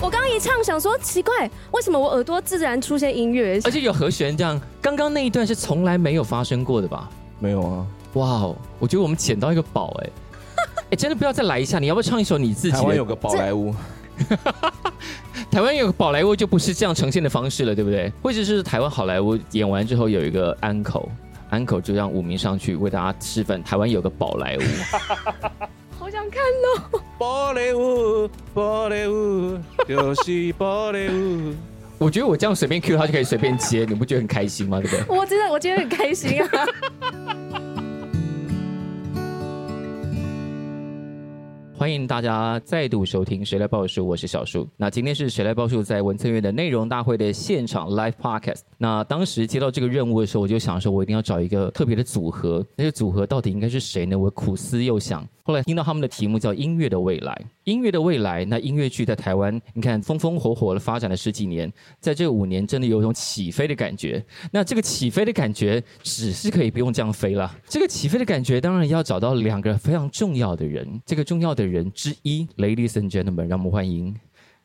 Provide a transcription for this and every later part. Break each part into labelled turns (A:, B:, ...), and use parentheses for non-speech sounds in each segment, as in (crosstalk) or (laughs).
A: 我刚刚一唱，想说奇怪，为什么我耳朵自然出现音乐？
B: 而且有和弦这样，刚刚那一段是从来没有发生过的吧？
C: 没有啊，
B: 哇哦，我觉得我们捡到一个宝 (laughs) 哎、哎、真的不要再来一下！你要不要唱一首你自己
C: 台湾有
B: 的？
C: 个宝莱坞，
B: 台湾有个宝莱坞就不是这样呈现的方式了，对不对？或者是台湾好莱坞演完之后有一个安口，安口就让武明上去为大家示范台湾有个宝莱坞。
A: 好想看哦！
C: 宝莱坞，宝莱坞，就是宝莱坞。
B: (laughs) 我觉得我这样随便 Q 他就可以随便接，你不觉得很开心吗？对不对？
A: 我真的，我今天很开心啊！
B: 欢迎大家再度收听《谁来报数》，我是小树。那今天是《谁来报数》在文策院的内容大会的现场 live podcast。那当时接到这个任务的时候，我就想说，我一定要找一个特别的组合。那个组合到底应该是谁呢？我苦思又想，后来听到他们的题目叫《音乐的未来》。音乐的未来，那音乐剧在台湾，你看风风火火的发展了十几年，在这五年真的有一种起飞的感觉。那这个起飞的感觉，只是可以不用这样飞了。这个起飞的感觉，当然要找到两个非常重要的人。这个重要的人之一，ladies and gentlemen，让我们欢迎。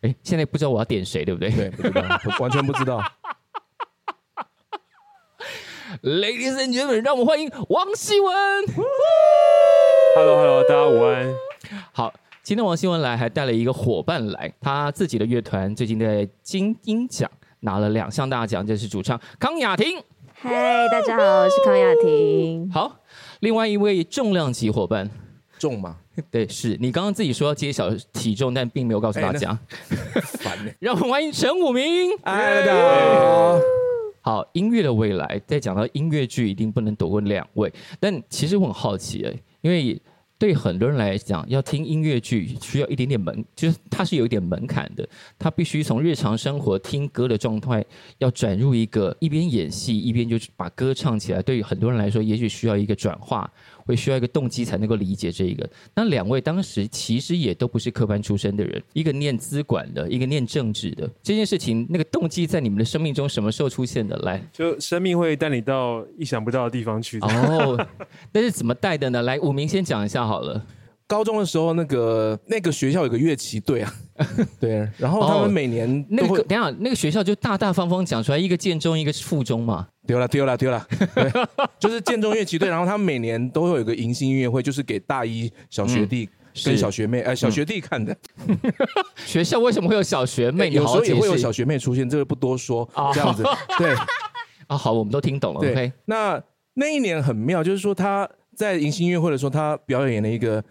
B: 哎，现在不知道我要点谁，对不对
C: (laughs) 对，不知道，不完全不知道。
B: ？ladies and gentlemen，让我们欢迎王希文。
D: Hello Hello，大家午安。
B: 好，今天王希文来还带了一个伙伴来，他自己的乐团最近在金鹰奖拿了两项大奖，这是主唱康雅婷。
A: (laughs) 嗨，大家好，我是康雅婷。
B: 好，另外一位重量级伙伴，
C: 重吗？
B: 对，是你刚刚自己说要揭晓体重，但并没有告诉大家。
C: 哎烦呢、
B: (laughs) 让我们欢迎陈武明。
C: 嗨，大家好。
B: 好，音乐的未来，在讲到音乐剧，一定不能躲过两位。但其实我很好奇、欸，因为对很多人来讲，要听音乐剧需要一点点门，就是它是有一点门槛的，它必须从日常生活听歌的状态，要转入一个一边演戏一边就是把歌唱起来。对于很多人来说，也许需要一个转化，会需要一个动机才能够理解这一个。那两位当时其实也都不是科班出身的人，一个念资管的，一个念政治的，这件事情那个动机在你们的生命中什么时候出现的？
C: (laughs)
B: 来。
D: 就生命会带你到意想不到的地方去。
B: 哦，那是怎么带的呢？来，武明先讲一下好了。
C: 高中的时候，那个那个学校有个乐器队啊，对，然后他
B: 哦
C: 们每年
B: 那
C: 都
B: 个
C: 会
B: 等一下那个学校就大大方方讲出来，一个建中，一个附中嘛。
C: 丢了丢了丢了，对 (laughs) 就是建中乐器队，然后他们每年都会有一个迎新音乐会，就是给大一小学弟
B: 是
C: 跟小学妹，呃，小学弟看的，
B: 学校为什么会有小学妹？你
C: 有时
B: 好好
C: 候也
B: 解
C: 会有
B: 释
C: 小学妹出现，这个不多说，这样子，对
B: 啊。好，我们都听懂了。
C: 对
B: OK，。
C: 那那一年很妙，就是说他在迎新音乐会的时候，他表演了一个。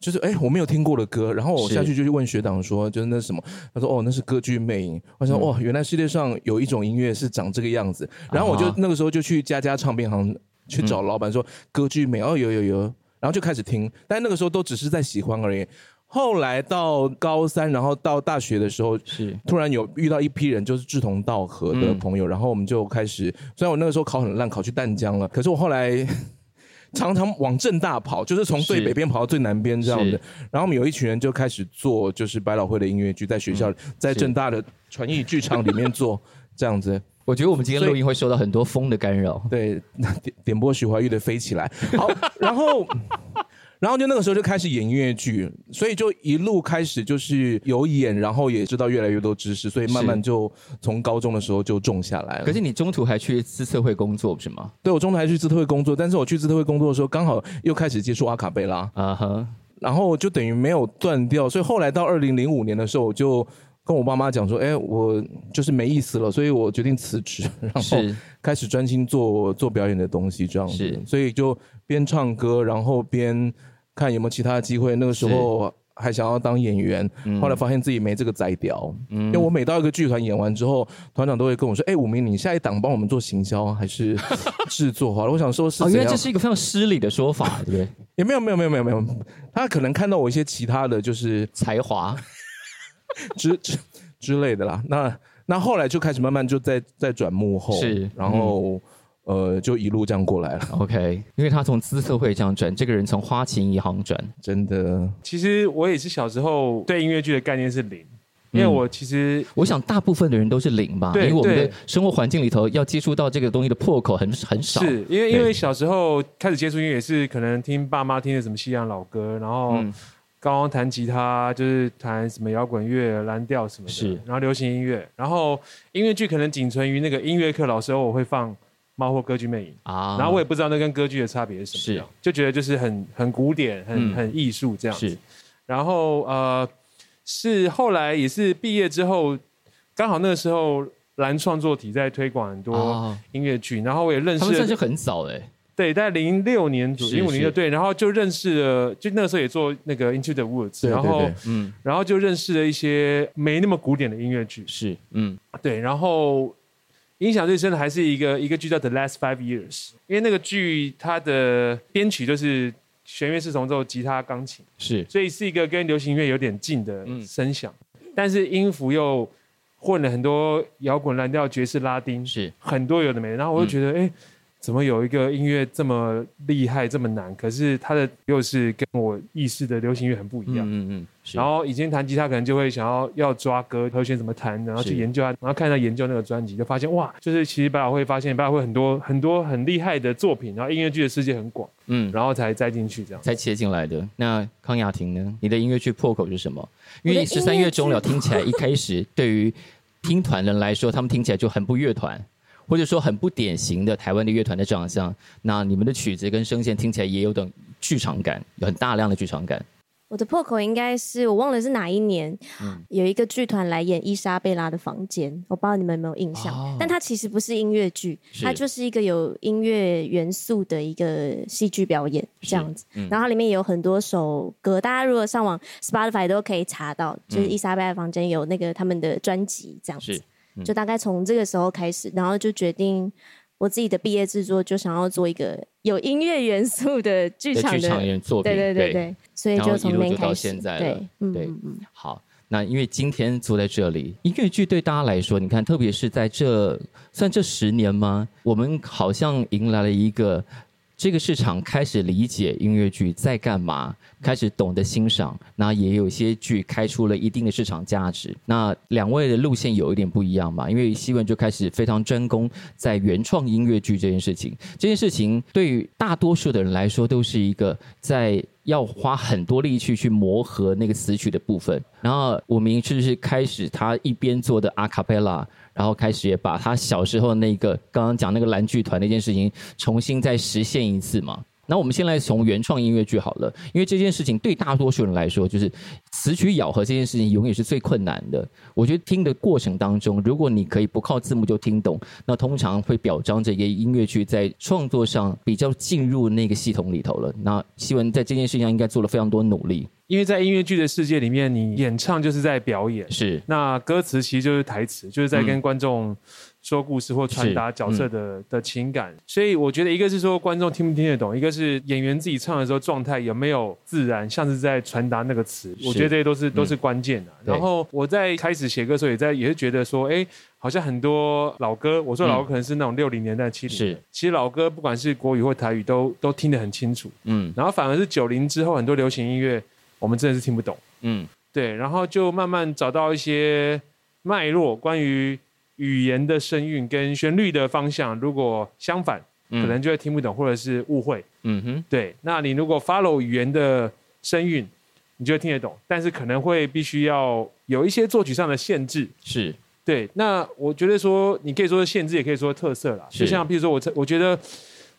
C: 就是哎、我没有听过的歌，然后我
B: 是
C: 下去就去问学长说，就是那是什么？他说哦，那是歌剧魅影。我想、哇，原来世界上有一种音乐是长这个样子。然后我
B: 嗯
C: 就、
B: 啊哈
C: 那个时候就去家家唱片行去找老板说歌剧魅影哦，有有有，然后就开始听，但那个时候都只是在喜欢而已。后来到高三，然后到大学的时候，
B: 是
C: 突然有遇到一批人，就是志同道合的朋友，然后我们就开始。虽然我那个时候考很烂，考去淡江了，可是我后来 (laughs) 常常往正大跑，就是从最
B: 是
C: 北边跑到最南边这样
B: 是
C: 的。然后我们有一群人就开始做，就是百老汇的音乐剧，在学校、在
B: 嗯是
C: 正大的传艺剧场里面做这样子。
B: 我觉得我们今天
C: 所以
B: 录音会受到很多风的干扰。
C: 对， (laughs) 点点播徐怀钰的《飞起来》。好，然后。然后就那个时候就开始演音乐剧，所以就一路开始就是有演，然后也知道越来越多知识，所以慢慢
B: 是
C: 就从高中的时候就种下来了。
B: 可是你中途还去自测会工作不是吗？
C: 对我中途还去自特会工作，但是我去自特会工作的时候，刚好又开始接触阿卡贝拉，
B: 啊哈，
C: 然后就等于没有断掉，所以后来到二零零五年的时候，我就跟我爸妈讲说，哎，我就是没意思了，所以我决定辞职，然后
B: 是
C: 开始专心做做表演的东西，这样子
B: 是
C: 所以就边唱歌，然后边看有没有其他的机会。那个时候还想要当演员，
B: 嗯
C: 后来发现自己没这个才调。因为我每到一个剧团演完之后，团长都会跟我说：“哎、武明，你下一档帮我们做行销啊
B: (laughs)
C: 还是制作好了？”我想说是
B: 哦，
C: 怎
B: 原
C: 样？
B: 来这是一个非常失礼的说
C: (laughs)
B: 法，对不对？
C: 也没有没有没有没有没有，他可能看到我一些其他的就是
B: 才华
C: 之 (laughs) 之之类的啦。那那后来就开始慢慢就在在转幕后，
B: 是嗯
C: 然后、呃就一路这样过来了，
B: OK，因为他从自测会这样转，这个人从花旗银行转，
C: 真的。
D: 其实我也是小时候对音乐剧的概念是零，因为
B: 嗯
D: 我其实
B: 我想大部分的人都是零吧，因
D: 对
B: 为我们的
D: 对
B: 生活环境里头要接触到这个东西的破口很很少。
D: 是因为
B: 对
D: 因为小时候开始接触音乐也是可能听爸妈听的什么西洋老歌，然后
B: 嗯
D: 高中弹吉他就是弹什么摇滚乐、蓝调什么的，
B: 是
D: 然后流行音乐，然后音乐剧可能仅存于那个音乐课老师偶尔会放《猫或歌剧魅影》
B: 啊
D: 然后我也不知道那跟歌剧的差别是什么，
B: 是
D: 样，就觉得就是很很古典、
B: 嗯
D: 很、很艺术这样子
B: 是。
D: 然后呃，是后来也是毕业之后，刚好那个时候蓝创作体在推广很多
B: 哦，
D: 音乐剧，然后我也认
B: 他们
D: 识
B: 算
D: 了
B: 是很早哎，
D: 对，在零六年左
B: 是
D: 右，零五年
B: 是
D: 就对，然后就认识了，就那个时候也做那个 Into the Woods，
C: 对
D: 然
C: 对
D: 后
C: 对
B: 嗯，
D: 然后就认识了一些没那么古典的音乐剧，
B: 是，嗯，
D: 对，然后影响最深的还是一个一个剧叫《The Last Five Years》，因为那个剧它的编曲就是弦乐四重奏、吉他、钢琴，
B: 是，
D: 所以是一个跟流行乐有点近的
B: 嗯
D: 声响，但是音符又混了很多摇滚、蓝调、爵士、拉丁，
B: 是，嗯
D: 很多有的没的，然后我就觉得，哎、怎么有一个音乐这么厉害，这么难？可是它的又是跟我意识的流行乐很不一
B: 嗯
D: 样。
B: 嗯嗯，是
D: 然后以前弹吉他可能就会想要要抓歌和弦怎么弹，然后去
B: 是
D: 研究它，啊然后看到研究那个专辑，就发现哇，就是其实百老汇发现百老汇很多很多很厉害的作品，然后音乐剧的世界很广，
B: 嗯，
D: 然后才栽进去这样。
B: 才切进来的。那康雅婷呢？你的音乐剧破口是什么？因
A: 我
B: 为
A: 的
B: 十
A: 音
B: 三
A: 乐啊
B: 月终了，听起来一开始对于听团人来说，他们听起来就很不乐团，或者说很不典型的台湾的乐团的长相。那你们的曲子跟声线听起来也有等剧场感，有很大量的剧场感。
A: 我的破口应该是我忘了是哪一年，
B: 嗯
A: 有一个剧团来演《伊莎贝拉的房间》，我不知道你们有没有印象。
B: 哦
A: 但它其实不是音乐剧，
B: 是
A: 它就是一个有音乐元素的一个戏剧表演这样子。
B: 嗯
A: 然后它里面有很多首歌，大家如果上网 Spotify 都可以查到，就是《伊莎贝拉的房间》有那个他们的专辑这样子
B: 嗯是。
A: 就大概从这个时候开始，然后就决定我自己的毕业制作就想要做一个有音乐元素的剧
B: 在
A: 场
B: 剧
A: 的
B: 场演作品，
A: 对对对对，所以
B: 然后
A: 就
B: 一
A: 从
B: 路
A: 那
B: 就
A: 开
B: 到
A: 始，
B: 现在了
A: 对，嗯
B: 对
A: 嗯嗯，
B: 好，那因为今天坐在这里，音乐剧对大家来说，你看，特别是在这算这十年吗？我们好像迎来了一个这个市场开始理解音乐剧在干嘛，开始懂得欣赏，那也有些剧开出了一定的市场价值。那两位的路线有一点不一样嘛，因为希文就开始非常专攻在原创音乐剧这件事情。这件事情对于大多数的人来说，都是一个在要花很多力气去磨合那个词曲的部分。然后我明就是开始他一边做的阿卡贝拉，然后开始也把他小时候那个刚刚讲那个蓝剧团那件事情重新再实现一次嘛。那我们先来从原创音乐剧好了，因为这件事情对大多数人来说，就是词曲咬合这件事情永远是最困难的。我觉得听的过程当中，如果你可以不靠字幕就听懂，那通常会表彰这个音乐剧在创作上比较进入那个系统里头了。那希文在这件事情上应该做了非常多努力，
D: 因为在音乐剧的世界里面，你演唱就是在表演，
B: 是
D: 那歌词其实就是台词，就是在跟观众说故事或传达
B: 嗯是嗯
D: 角色的、的情感。所以我觉得，一个是说观众听不听得懂，一个是演员自己唱的时候状态有没有自然，像是在传达那个词。
B: 是嗯
D: 我觉得这些都是、都是关键的、
B: 对
D: 然后我在开始写歌的时候，也在也是觉得说，哎。好像很多老歌，我说老歌可能是那种六零年代、七零、
B: 嗯是，
D: 其实老歌不管是国语或台语都都听得很清楚，
B: 嗯
D: 然后反而是九零之后很多流行音乐，我们真的是听不懂。
B: 嗯
D: 对，然后就慢慢找到一些脉络，关于语言的声韵跟旋律的方向。如果相反，
B: 嗯，
D: 可能就会听不懂或者是误会。
B: 嗯哼
D: 对，那你如果 follow 语言的声韵，你就会听得懂，但是可能会必须要有一些作曲上的限制。
B: 是
D: 对，那我觉得说，你可以说是限制，也可以说特色啦。
B: 是
D: 就像譬如说我这，我觉得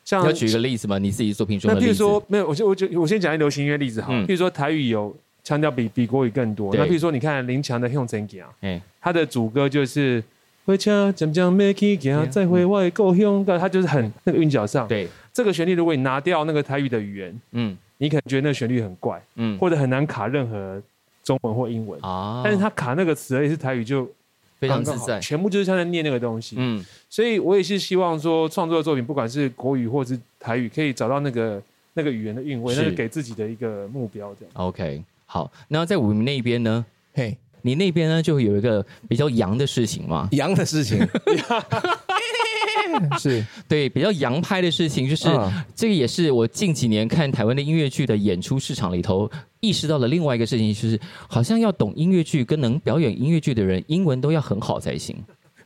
D: 像
B: 要举一个例子吗？你自己作品中
D: 那
B: 的
D: 譬
B: 例
D: 如
B: 子，
D: 说，没有，我就我就我先讲一流行音乐例子好了。
B: 嗯
D: 譬如说台语有腔调比比国语更多。
B: 对
D: 那譬如说，你看林强的《向前行》，啊
B: 哎，
D: 他的主歌就是“回家渐渐没去行，再回我的故乡”，但他就是很那个韵脚上。
B: 嗯对，
D: 这个旋律，如果你拿掉那个台语的语言，
B: 嗯
D: 你可能觉得那个旋律很怪，
B: 嗯
D: 或者很难卡任何中文或英文。
B: 啊，
D: 但是他卡那个词，而且是台语就
B: 非常
D: 刚
B: 自
D: 刚好
B: 在，
D: 全部就是像在念那个东西。
B: 嗯
D: 所以我也是希望说，创作的作品不管是国语或是台语，可以找到那个那个语言的韵味，
B: 是
D: 那是给自己的一个目标。这样，
B: ，OK，好，那在我们那边呢？
C: 嘿，
B: 你那边呢，就会有一个比较洋的事情嘛，
C: 羊的事情 (laughs) 是
B: 对，比较洋派的事情，就是、
C: 嗯
B: 这个也是我近几年看台湾的音乐剧的演出市场里头意识到了另外一个事情，就是好像要懂音乐剧跟能表演音乐剧的人，英文都要很好才行，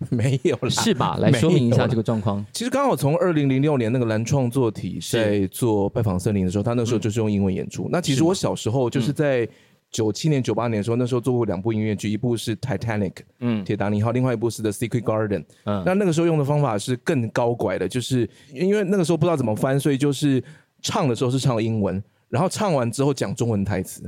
C: 没有啦，
B: 是吧？来说明一
C: 没有
B: 下
C: 啦
B: 这个状况。
C: 其实刚好从二零零六年那个蓝创作体
B: 是
C: 在做《拜访森林》的时候，他那时候就是用英文演出。那其
B: 是
C: 实
B: 吗
C: 我小时候就是在九七年、九八年的时候，那时候做过两部音乐剧，一部是《Titanic》，嗯，铁达尼号，另外一部是《The Secret Garden》。
B: 嗯
C: 那那个时候用的方法是更高拐的，就是因为那个时候不知道怎么翻，所以就是唱的时候是唱英文，然后唱完之后讲中文台词，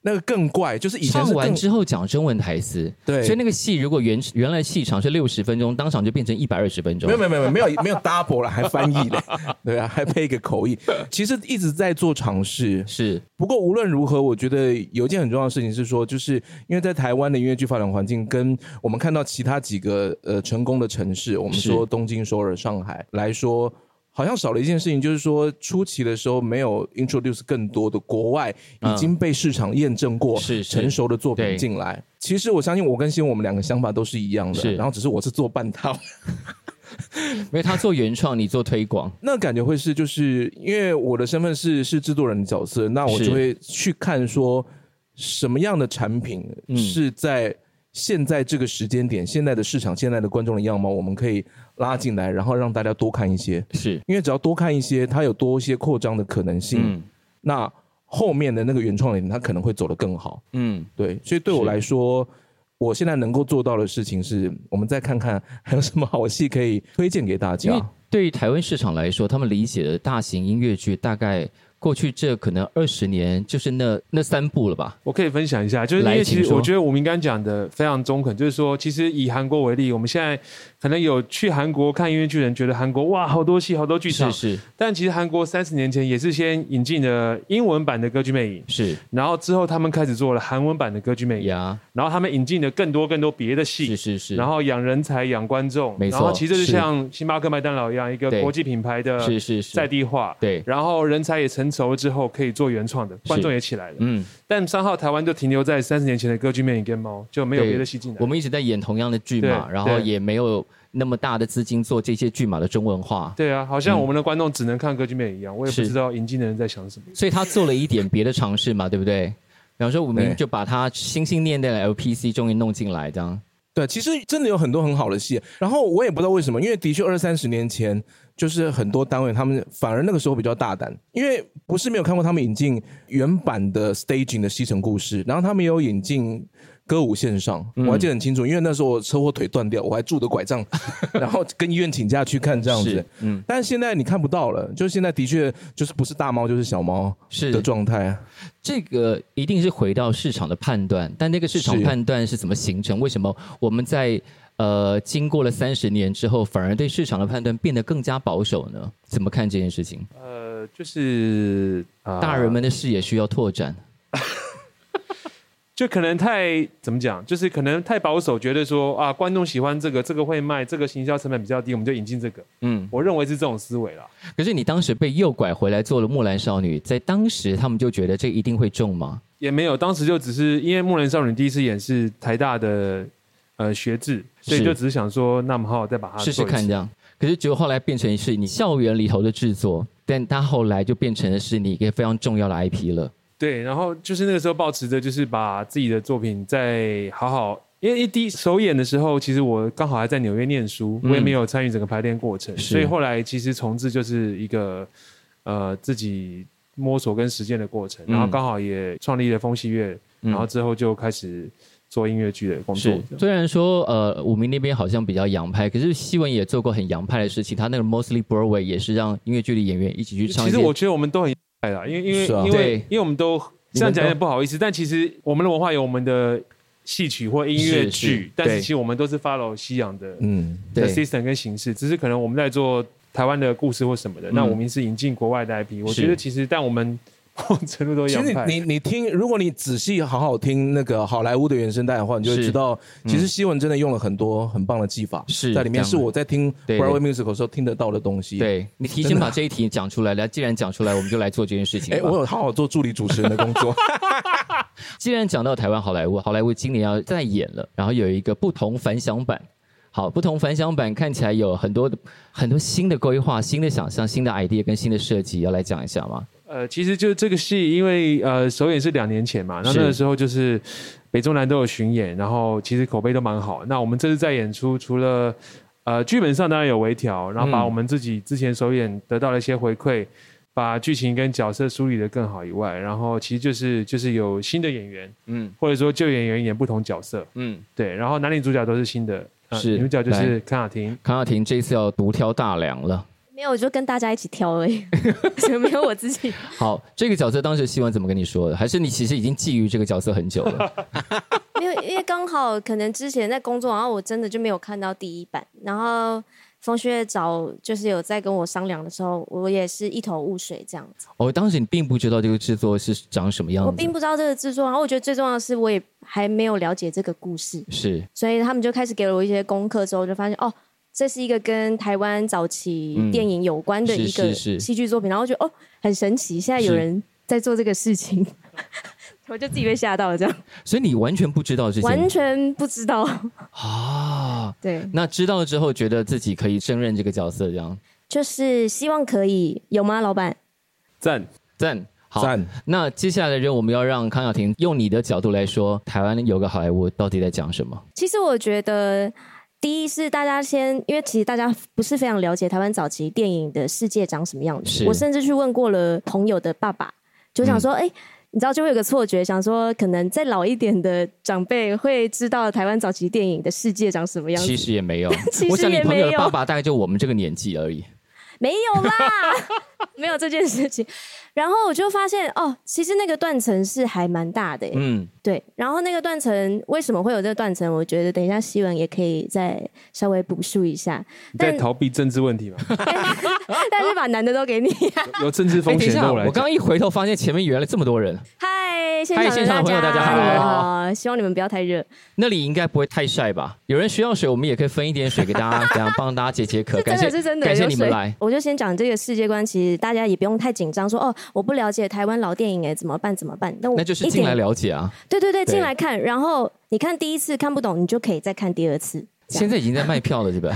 C: 那个更怪。就是以前
B: 唱
C: 是
B: 完
C: 更
B: 之后讲中文台词，
C: 对
B: 所以那个戏如果原原来戏长是六十分钟，当场就变成一百二十分钟。
C: 没有没有没有没有没有 double 了，还翻译嘞， (laughs) 对啊，还配一个口
B: (laughs)
C: 译。其实一直在做尝试，
B: 是
C: 不过无论如何，我觉得有一件很重要的事情是说，就是因为在台湾的音乐剧发展环境，跟我们看到其他几个呃成功的城市，我们
B: 是
C: 说东京、首尔、上海来说。好像少了一件事情，就是说初期的时候没有 introduce 更多的国外已经被市场验证过、
B: 嗯是是
C: 成熟的作
B: 对
C: 品进来。其实我相信我跟新我们两个想法都是一样的，
B: 是
C: 然后只是我是做半套，
B: 因为他做原创，你做推广，
C: 那感觉会是，就是因为我的身份是是制作人的角色，那我
B: 是
C: 就会去看说什么样的产品
B: 嗯
C: 是在现在这个时间点、现在的市场、现在的观众的样貌，我们可以拉进来，然后让大家多看一些。
B: 是
C: 因为只要多看一些，它有多一些扩张的可能性。
B: 嗯
C: 那后面的那个原创人，他可能会走得更好。
B: 嗯，
C: 对，所以对我
B: 是
C: 来说，我现在能够做到的事情是，我们再看看还有什么好戏可以推荐给大
B: 因为
D: 啊
C: 家。
B: 对于台湾市场来说，他们理解的大型音乐剧大概过去这可能二十年就是那那三部了吧？
D: 我可以分享一下，就是因
B: 来
D: 为其
B: 请
D: 实
B: 说
D: 我觉得我们刚刚讲的非常中肯，就是说，其实以韩国为例，我们现在可能有去韩国看音乐剧的人觉得韩国哇好多戏好多剧
B: 是
D: 场，
B: 是
D: 但其实韩国三十年前也是先引进了英文版的《歌剧魅影》，
B: 是
D: 然后之后他们开始做了韩文版的《歌剧魅影》，
B: 呀，
D: 然后他们引进了更多更多别的戏，
B: 是是是，
D: 然后养人才养观众，
B: 没错
D: 然后其实就是
B: 是
D: 像星巴克、麦当劳一样一个
B: 对
D: 国际品牌的
B: 是是是
D: 呃在地化。
B: 对，
D: 然后人才也成熟了之后，可以做原创的，观众也起来了。
B: 嗯，
D: 但三号台湾就停留在三十年前的歌剧魅影跟猫，就没有
B: 对
D: 别的戏进来。
B: 我们一直在演同样的剧嘛，
D: 对
B: 然后
D: 对
B: 也没有那么大的资金做这些剧码的中文化，
D: 对啊，好像我们的观众只能看歌剧魅影一样，我也
B: 嗯
D: 不
B: 是
D: 知道引进的人在想什么。
B: 所以他做了一点别的尝试嘛，对不对？比方说，我们
C: 对
B: 就把他心心念念的 LPC 终于弄进来，这样
C: 对，其实真的有很多很好的戏，然后我也不知道为什么，因为的确二三十年前，就是很多单位他们反而那个时候比较大胆，因为不是没有看过他们引进原版的 staging 的《西城故事》，然后他们也有引进歌舞线上，我还记得很清楚，因为那时候我车祸腿断掉，我还拄着拐杖， (laughs) 然后跟医院请假去看这样子
B: 是，嗯，
C: 但现在你看不到了，就现在的确就是不是大猫就是小猫
B: 是
C: 的状态，啊
B: 这个一定是回到市场的判断，但那个市场
C: 是
B: 判断是怎么形成？为什么我们在呃经过了三十年之后，反而对市场的判断变得更加保守呢？怎么看这件事情？
D: 呃，就是、啊
B: 大人们的视野需要拓展，
D: 就可能太怎么讲，就是可能太保守，觉得说啊，观众喜欢这个，这个会卖，这个行销成本比较低，我们就引进这个。
B: 嗯。
D: 我认为是这种思维啦。
B: 可是你当时被诱拐回来做了《木兰少女》，在当时他们就觉得这一定会中吗？
D: 也没有，当时就只是因为《木兰少女》第一次演是台大的呃学制，所以
B: 是
D: 就只是想说，那么好再把它
B: 试试
D: 啊做一次
B: 看这样。可是结果后来变成是你校园里头的制作，但它后来就变成是你一个非常重要的 IP 了。
D: 对，然后就是那个时候抱持着就是把自己的作品再好好，因为一第一首演的时候，其实我刚好还在纽约念书，
B: 嗯
D: 我也没有参与整个排练过程，
B: 是
D: 所以后来其实重置就是一个呃自己摸索跟实践的过程，
B: 嗯
D: 然后刚好也创立了风戏乐，然后之后就开始做音乐剧的工作
B: 是。，虽然说呃，武鸣那边好像比较洋派，可是西文也做过很洋派的事情。他那个 Mostly Broadway 也是让音乐剧的演员一起去唱一
D: 其
B: 些。
D: 实我觉得我们都很爱啦，因为因为、
C: 是啊
D: 因为
B: 对
D: 因为我们都
C: 你们都
D: 这样讲有点不好意思，但其实我们的文化有我们的戏曲或音乐
B: 是是
D: 剧，但是
B: 对
D: 其实我们都是 follow 西洋的
C: 嗯，
D: 的
B: 对
D: system 跟形式，只是可能我们在做台湾的故事或什么的，那我们是引进国外的 IP，我
B: 嗯是
D: 觉得其实但我们某种程度都
C: 其
D: 洋
C: 实
D: 派。
C: 你你听，如果你仔细好好听那个好莱坞的原声带的话，你就会
B: 是嗯
C: 知道，其实西文真的用了很多很棒的技法，
B: 是
C: 在里面
B: 这样
C: 是我在听
B: 对
C: Broadway musical 时候听得到的东西。，
B: 对你提前把这一题讲出来，来，既然讲出来，我们就来做这件事情吧。
D: (laughs)
C: 哎，我有好好做助理主持人的工作，
B: 既然讲到台湾好莱坞，好莱坞今年要再演了，然后有一个不同反响版。好，不同反响版看起来有很多的很多新的规划、新的想象、新的 idea 跟新的设计，要来讲一下吗？
D: 呃，其实就这个戏，因为呃首演是两年前嘛，那
B: 是
D: 那个时候就是北中南都有巡演，然后其实口碑都蛮好。那我们这次在演出，除了呃剧本上当然有微调，然后把
B: 嗯
D: 我们自己之前首演得到了一些回馈。把剧情跟角色梳理的更好以外，然后其实就是就是有新的演员，
B: 嗯
D: 或者说旧演员演不同角色，
B: 嗯，
D: 对，然后男女主角都是新的，呃
B: 是
D: 女主角就是康雅婷，
B: 康雅婷这次要独挑大梁了。
A: 没有，我就跟大家一起挑而
B: (laughs)
A: 已，所以没有我自己。
B: 好，这个角色当时希望怎么跟你说的？还是你其实已经觊觎这个角色很久
A: (laughs)
B: 了？
A: 没有，因为刚好可能之前在工作，然后我真的就没有看到第一版。然后冯学找就是有在跟我商量的时候，我也是一头雾水这样子。
B: 哦，当时你并不知道这个制作是长什么样
A: 我
B: 子，
A: 并不知道这个制作，然后我觉得最重要的是，我也还没有了解这个故事，
B: 是
A: 所以他们就开始给了我一些功课，之后我就发现哦。这是一个跟台湾早期
B: 嗯
A: 电影有关的一
B: 是
A: 个
B: 是是
A: 戏剧作品，然后我觉得哦很神奇，现在有
B: 是
A: 人在做这个事情， (laughs) 我就自己被吓到了，这样
B: 所以你完全不知道这些
A: 完全不知道。
B: 啊。
A: 对，
B: 那知道了之后，觉得自己可以胜任这个角色，这样
A: 就是希望可以有吗，老板？
C: 赞
B: (laughs) 赞好。
C: 赞，
B: 那接下来的任务，我们要让康雅婷用你的角度来说，台湾有个好莱坞到底在讲什么？
A: 其实我觉得，第一是大家先，因为其实大家不是非常了解台湾早期电影的世界长什么样子
B: 是。嗯
A: 我甚至去问过了朋友的爸爸，就想说，哎、你知道就会有个错觉，想说可能再老一点的长辈会知道台湾早期电影的世界长什么样子
B: 其，实也没有，
A: (laughs) 其
B: 我
A: 实
B: 想你
A: 也
B: 朋友
A: 没
B: 的
A: 有，
B: 爸爸大概就我们这个年纪而已。
A: 没有啦， (laughs) 没有这件事情。然后我就发现，哦，其实那个断层是还蛮大的耶、
B: 嗯，
A: 对，然后那个断层为什么会有这个断层？我觉得等一下希文也可以再稍微补述一下，
D: 你在
A: 但
D: 逃避政治问
B: (laughs)
D: 题吗？
A: (laughs) 但
B: 哦
A: 是把男的都给你。
D: 有有政治风
B: 哎等一
D: 险
B: 下，
D: 都
B: 我
D: 我来
B: 刚
D: 讲。
B: 刚一回头发现前面原来这么多人，
A: 嗨，现
B: 嗨
A: 场
B: 现
A: 的
B: 场的朋友大
A: 大
B: 家
A: 家你们
B: 好
A: 好，希望你们不要太热，
B: 那里应该不会太晒吧？有人需要水，我们也可以分一点水给大
A: (laughs)
B: 家，这样帮大家解解渴。
A: 是
B: 感
A: 真的
B: 谢
A: 是真的。
B: 感谢
A: 有
B: 你们
A: 水哦
B: 来。
A: 我就先讲这个世界观，其实大家也不用太紧张，说哦，我不了解台湾老电影哎，怎么办？怎么办？那我
B: 那就是
A: 一
B: 进
A: 点
B: 来了解啊，
A: 对对对，
B: 对
A: 进来看，然后你看第一次看不懂，你就可以再看第二次。这样
B: 现在已经在卖票了，
A: (laughs)
B: 对吧？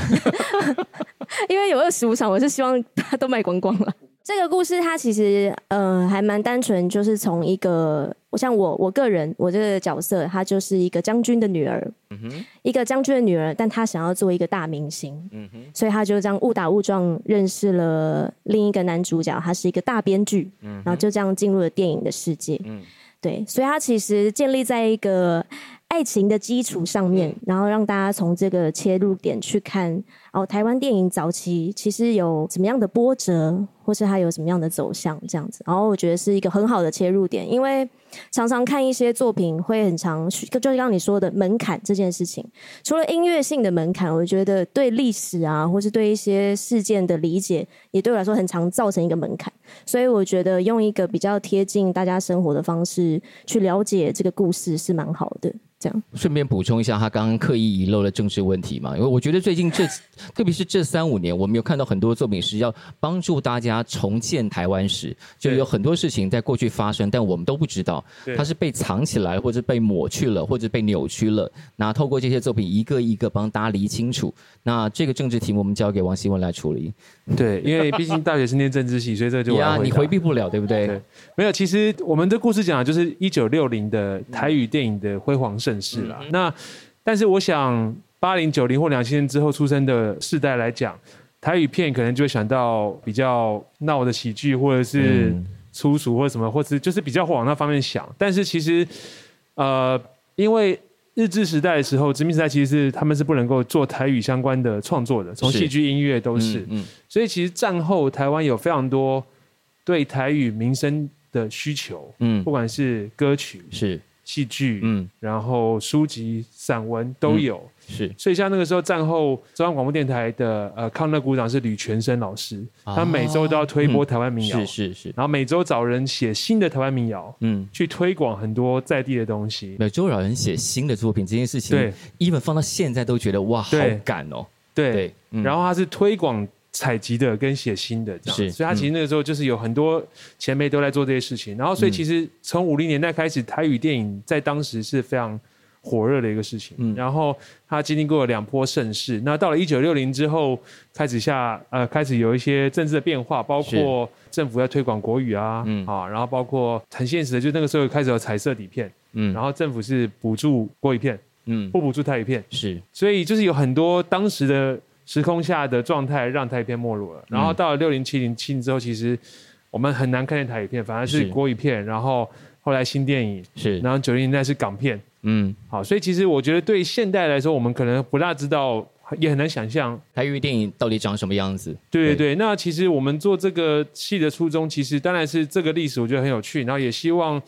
A: 因为有二十五场，我是希望大家都卖光光了。这个故事它其实呃还蛮单纯，就是从一个我像我我个人我这个角色，她就是一个将军的女儿，一个将军的女儿，但她想要做一个大明星，所以她就这样误打误撞认识了另一个男主角，他是一个大编剧，然后就这样进入了电影的世界，对，所以它其实建立在一个爱情的基础上面，然后让大家从这个切入点去看哦，台湾电影早期其实有怎么样的波折，或是它有什么样的走向这样子。然后我觉得是一个很好的切入点，因为常常看一些作品会很常，就就像你说的门槛这件事情，除了音乐性的门槛，我觉得对历史啊，或是对一些事件的理解，也对我来说很常造成一个门槛。所以我觉得用一个比较贴近大家生活的方式去了解这个故事是蛮好的。这样
B: 顺便补充一下，他刚刚刻意遗漏了政治问题嘛，因为我觉得最近这，特别是这三五年，我们有看到很多作品是要帮助大家重建台湾史，就
D: 对
B: 有很多事情在过去发生，但我们都不知道，
D: 对
B: 它是被藏起来，或者被抹去了，或者被扭曲了。那透过这些作品，一个一个帮大家理清楚。那这个政治题目，我们交给王希文来处理。
D: 对，因为毕竟大学是念政治系，所以这个就我来
B: 呀，
D: 回
B: (laughs) 你
D: 答
B: 回避不了，对不对？
D: 对没有，其实我们的故事讲的就是一九六零的台语电影的辉煌盛世
B: 嗯
D: 啦。那但是我想，八零、九零或两千年之后出生的世代来讲，台语片可能就会想到比较闹的喜剧，或者是
C: 嗯
D: 粗俗，或者什么，或是就是比较往那方面想。但是其实，呃，因为日治时代的时候，殖民时代其实是他们是不能够做台语相关的创作的，从
B: 是
D: 戏剧、音乐都
B: 嗯
D: 是。
B: 嗯，
D: 所以其实战后台湾有非常多对台语民生的需求，
B: 嗯
D: 不管是歌曲、
B: 是，
D: 戏剧，
B: 嗯，
D: 然后书籍、散文都有。
B: 是，
D: 所以像那个时候战后中央广播电台的呃抗乐鼓掌是吕全生老师，
B: 哦
D: 他每周都要推播台湾民谣，
B: 嗯是是是，
D: 然后每周找人写新的台湾民谣。
B: 嗯。
D: 去推广很多在地的东西，
B: 每周老人写新的作品这件事情
D: 对
B: ，even 放到现在都觉得哇，好
D: 对
B: 感哦。
D: 对，
B: 对，嗯
D: 然后他是推广采集的跟写新的这样
B: 是
D: 子，所以他其实那个时候就是有很多前辈都在做这些事情，然后所以其实从五零年代开始，台语电影在当时是非常火热的一个事情，
B: 嗯
D: 然后它经历过了两波盛世，那到了一九六零之后，开始下呃开始有一些政治的变化，包括政府要推广国语啊，
B: 嗯
D: 啊，然后包括很现实的，就那个时候开始有彩色底片，
B: 嗯
D: 然后政府是补助国语片，
B: 嗯，
D: 不补助台语片。
B: 是
D: 所以就是有很多当时的时空下的状态让台片没落了。然后到了六零七零七零之后，其实我们很难看见台语片，反而是
B: 是
D: 国语片，然后后来新电影，
B: 是，
D: 然后九零年代是港片。
B: 嗯，
D: 好，所以其实我觉得对现代来说，我们可能不大知道，也很难想象。
B: 台语电影到底长什么样子？
D: 对对对，那其实我们做这个戏的初衷，其实当然是这个历史，我觉得很有趣。然后也希望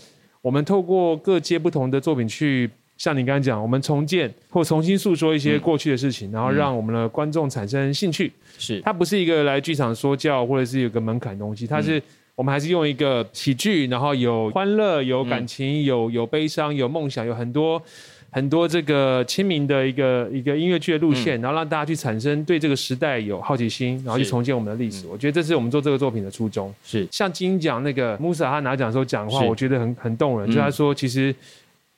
D: 我们透过各界不同的作品去，像你刚刚讲，我们重建或重新诉说一些过去的事情，然后让我们的观众产生兴趣。
B: 是，
D: 它不是一个来剧场说教或者是有个门槛的东西，它
B: 嗯
D: 是、我们还是用一个喜剧，然后有欢乐、有感情、有
B: 嗯
D: 有悲伤、有梦想，有很多很多这个亲民的一个一个音乐剧的路线，然后让大家去产生对这个时代有好奇心，然后去
B: 嗯是嗯
D: 重建我们的历史。我觉得这是我们做这个作品的初衷。
B: 是，
D: 像金鹰奖那个穆萨他拿奖的时候讲话，
B: 是
D: 我觉得很很动人，就
B: 嗯
D: 他说其实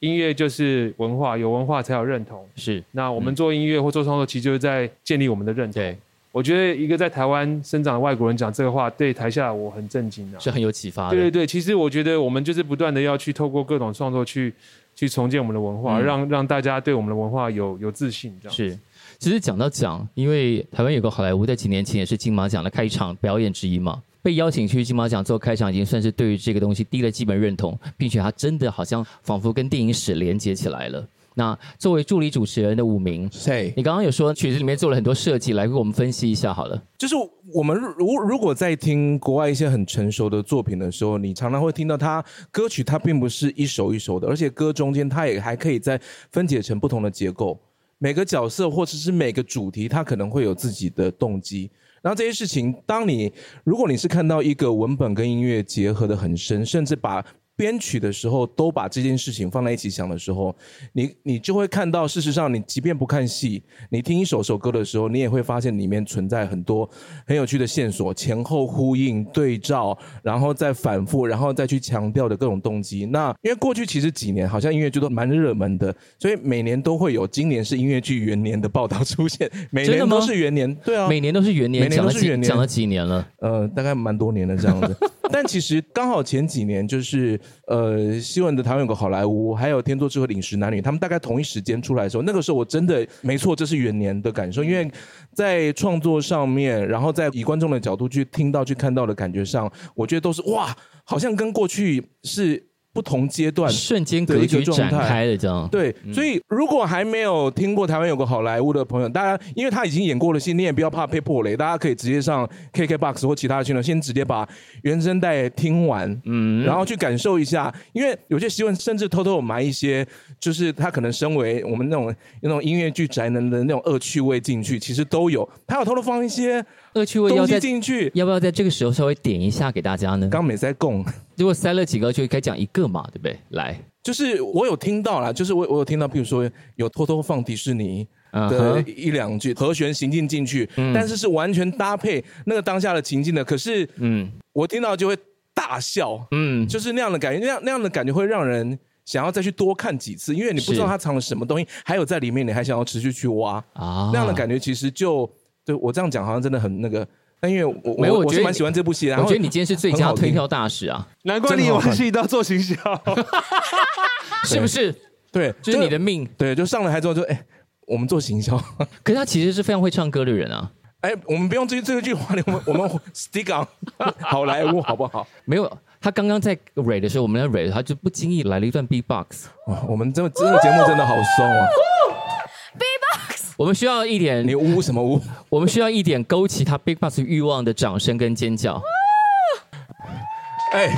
D: 音乐就是文化，有文化才有认同。
B: 是，
D: 那我们
B: 嗯
D: 做音乐或做创作，其实就是在建立我们的认同。
B: 对，
D: 我觉得一个在台湾生长的外国人讲这个话，对台下我很震惊啊。
B: 是很有启发的。
D: 对对对，其实我觉得我们就是不断的要去透过各种创作去去重建我们的文化，
B: 嗯
D: 让让大家对我们的文化有有自信，这样。
B: 是，其实讲到奖，因为台湾有个好莱坞在几年前也是金马奖的开场表演之一嘛，被邀请去金马奖做开场，已经算是对于这个东西低了基本认同，并且它真的好像仿佛跟电影史连接起来了。那作为助理主持人的武明，
C: 谁？
B: 你刚刚有说曲子里面做了很多设计，来给我们分析一下好了。
C: 就是我们如如果在听国外一些很成熟的作品的时候，你常常会听到它歌曲它并不是一首一首的，而且歌中间它也还可以再分解成不同的结构。每个角色或者是每个主题，它可能会有自己的动机。然后这些事情，当你如果你是看到一个文本跟音乐结合的很深，甚至把编曲的时候都把这件事情放在一起想的时候，你你就会看到，事实上你即便不看戏，你听一首首歌的时候，你也会发现里面存在很多很有趣的线索，前后呼应、对照，然后再反复，然后再去强调的各种动机。那因为过去其实几年好像音乐剧都蛮热门的，所以每年都会有今年是音乐剧元年的报道出现，每
B: 真的
C: 年
B: 吗
C: 都是元年，对啊，
B: 每年都是元年，
C: 每年
B: 讲了
C: 都是元
B: 几
C: 年
B: 讲了几年了，
C: 呃，大概蛮多年的这样子。但其实刚好前几年就是呃，西文的台湾有个好莱坞，还有天作之合饮食男女，他们大概同一时间出来的时候，那个时候我真的没错，这是元年的感受，因为在创作上面，然后在以观众的角度去听到、去看到的感觉上，我觉得都是哇，好像跟过去是不同阶段。
B: 瞬间
C: 的一
B: 格
C: 个
B: 局
C: 状
B: 展
C: 态
B: 开了这样。
C: 对，所以如果还没有听过台湾有个好莱坞的朋友，大家因为他已经演过了戏，你也不要怕被破雷，大家可以直接上 KKBOX 或其他的群聊，先直接把原声带听完，
B: 嗯，
C: 然后去感受一下。因为有些习惯甚至偷偷有埋一些，就是他可能身为我们那种那种音乐剧宅男的那种恶趣味进去，其实都有。他有偷偷放一些
B: 恶趣味要
C: 东西
B: 在
C: 进去。
B: 要不要在这个时候稍微点一下给大家呢？
C: 刚美在供，
B: 如果塞了几个，就该讲一个嘛，对不对？来，
C: 就是我有听到啦，就是我我有听到，比如说有偷偷放迪士尼，
B: 嗯
C: 的
B: 哼，
C: 一两句和弦行进进去，但是是完全搭配那个当下的情境的。可是
B: 嗯
C: 我听到就会大笑，
B: 嗯，
C: 就是那样的感觉，那样那样的感觉会让人想要再去多看几次，因为你不知道
B: 是
C: 它藏了什么东西，还有在里面，你还想要持续去挖。
B: 啊
C: 那样的感觉其实就对我这样讲好像真的很那个，但因为我
B: 没有
C: 我
B: 我觉得
C: 是蛮喜欢这部戏，然
B: 我
C: 后
B: 觉得你今天是最佳
C: 很好听
B: 推票大使啊，
D: 难怪你
C: 真好看
D: 玩戏都要做行销，
B: 是不是？
C: 对，
B: 这是你的命。
C: 对，就上了台之后就哎、我们做行销。
B: 可是他其实是非常会唱歌的人啊，
C: 哎、我们不用这这句话，我们我们 stick on (laughs) 好莱坞好不好？
B: 没有。他刚刚在蕊的时候，我们在蕊，他就不经意来了一段 B-box。
C: 哇， (laughs) 我们这这个节目真的好松啊！
B: 我们需要一点
C: 你，污什么污？
B: 我们需要一点勾起他 B-box 欲望的掌声跟尖
C: (laughs)
B: 叫。
C: 哎、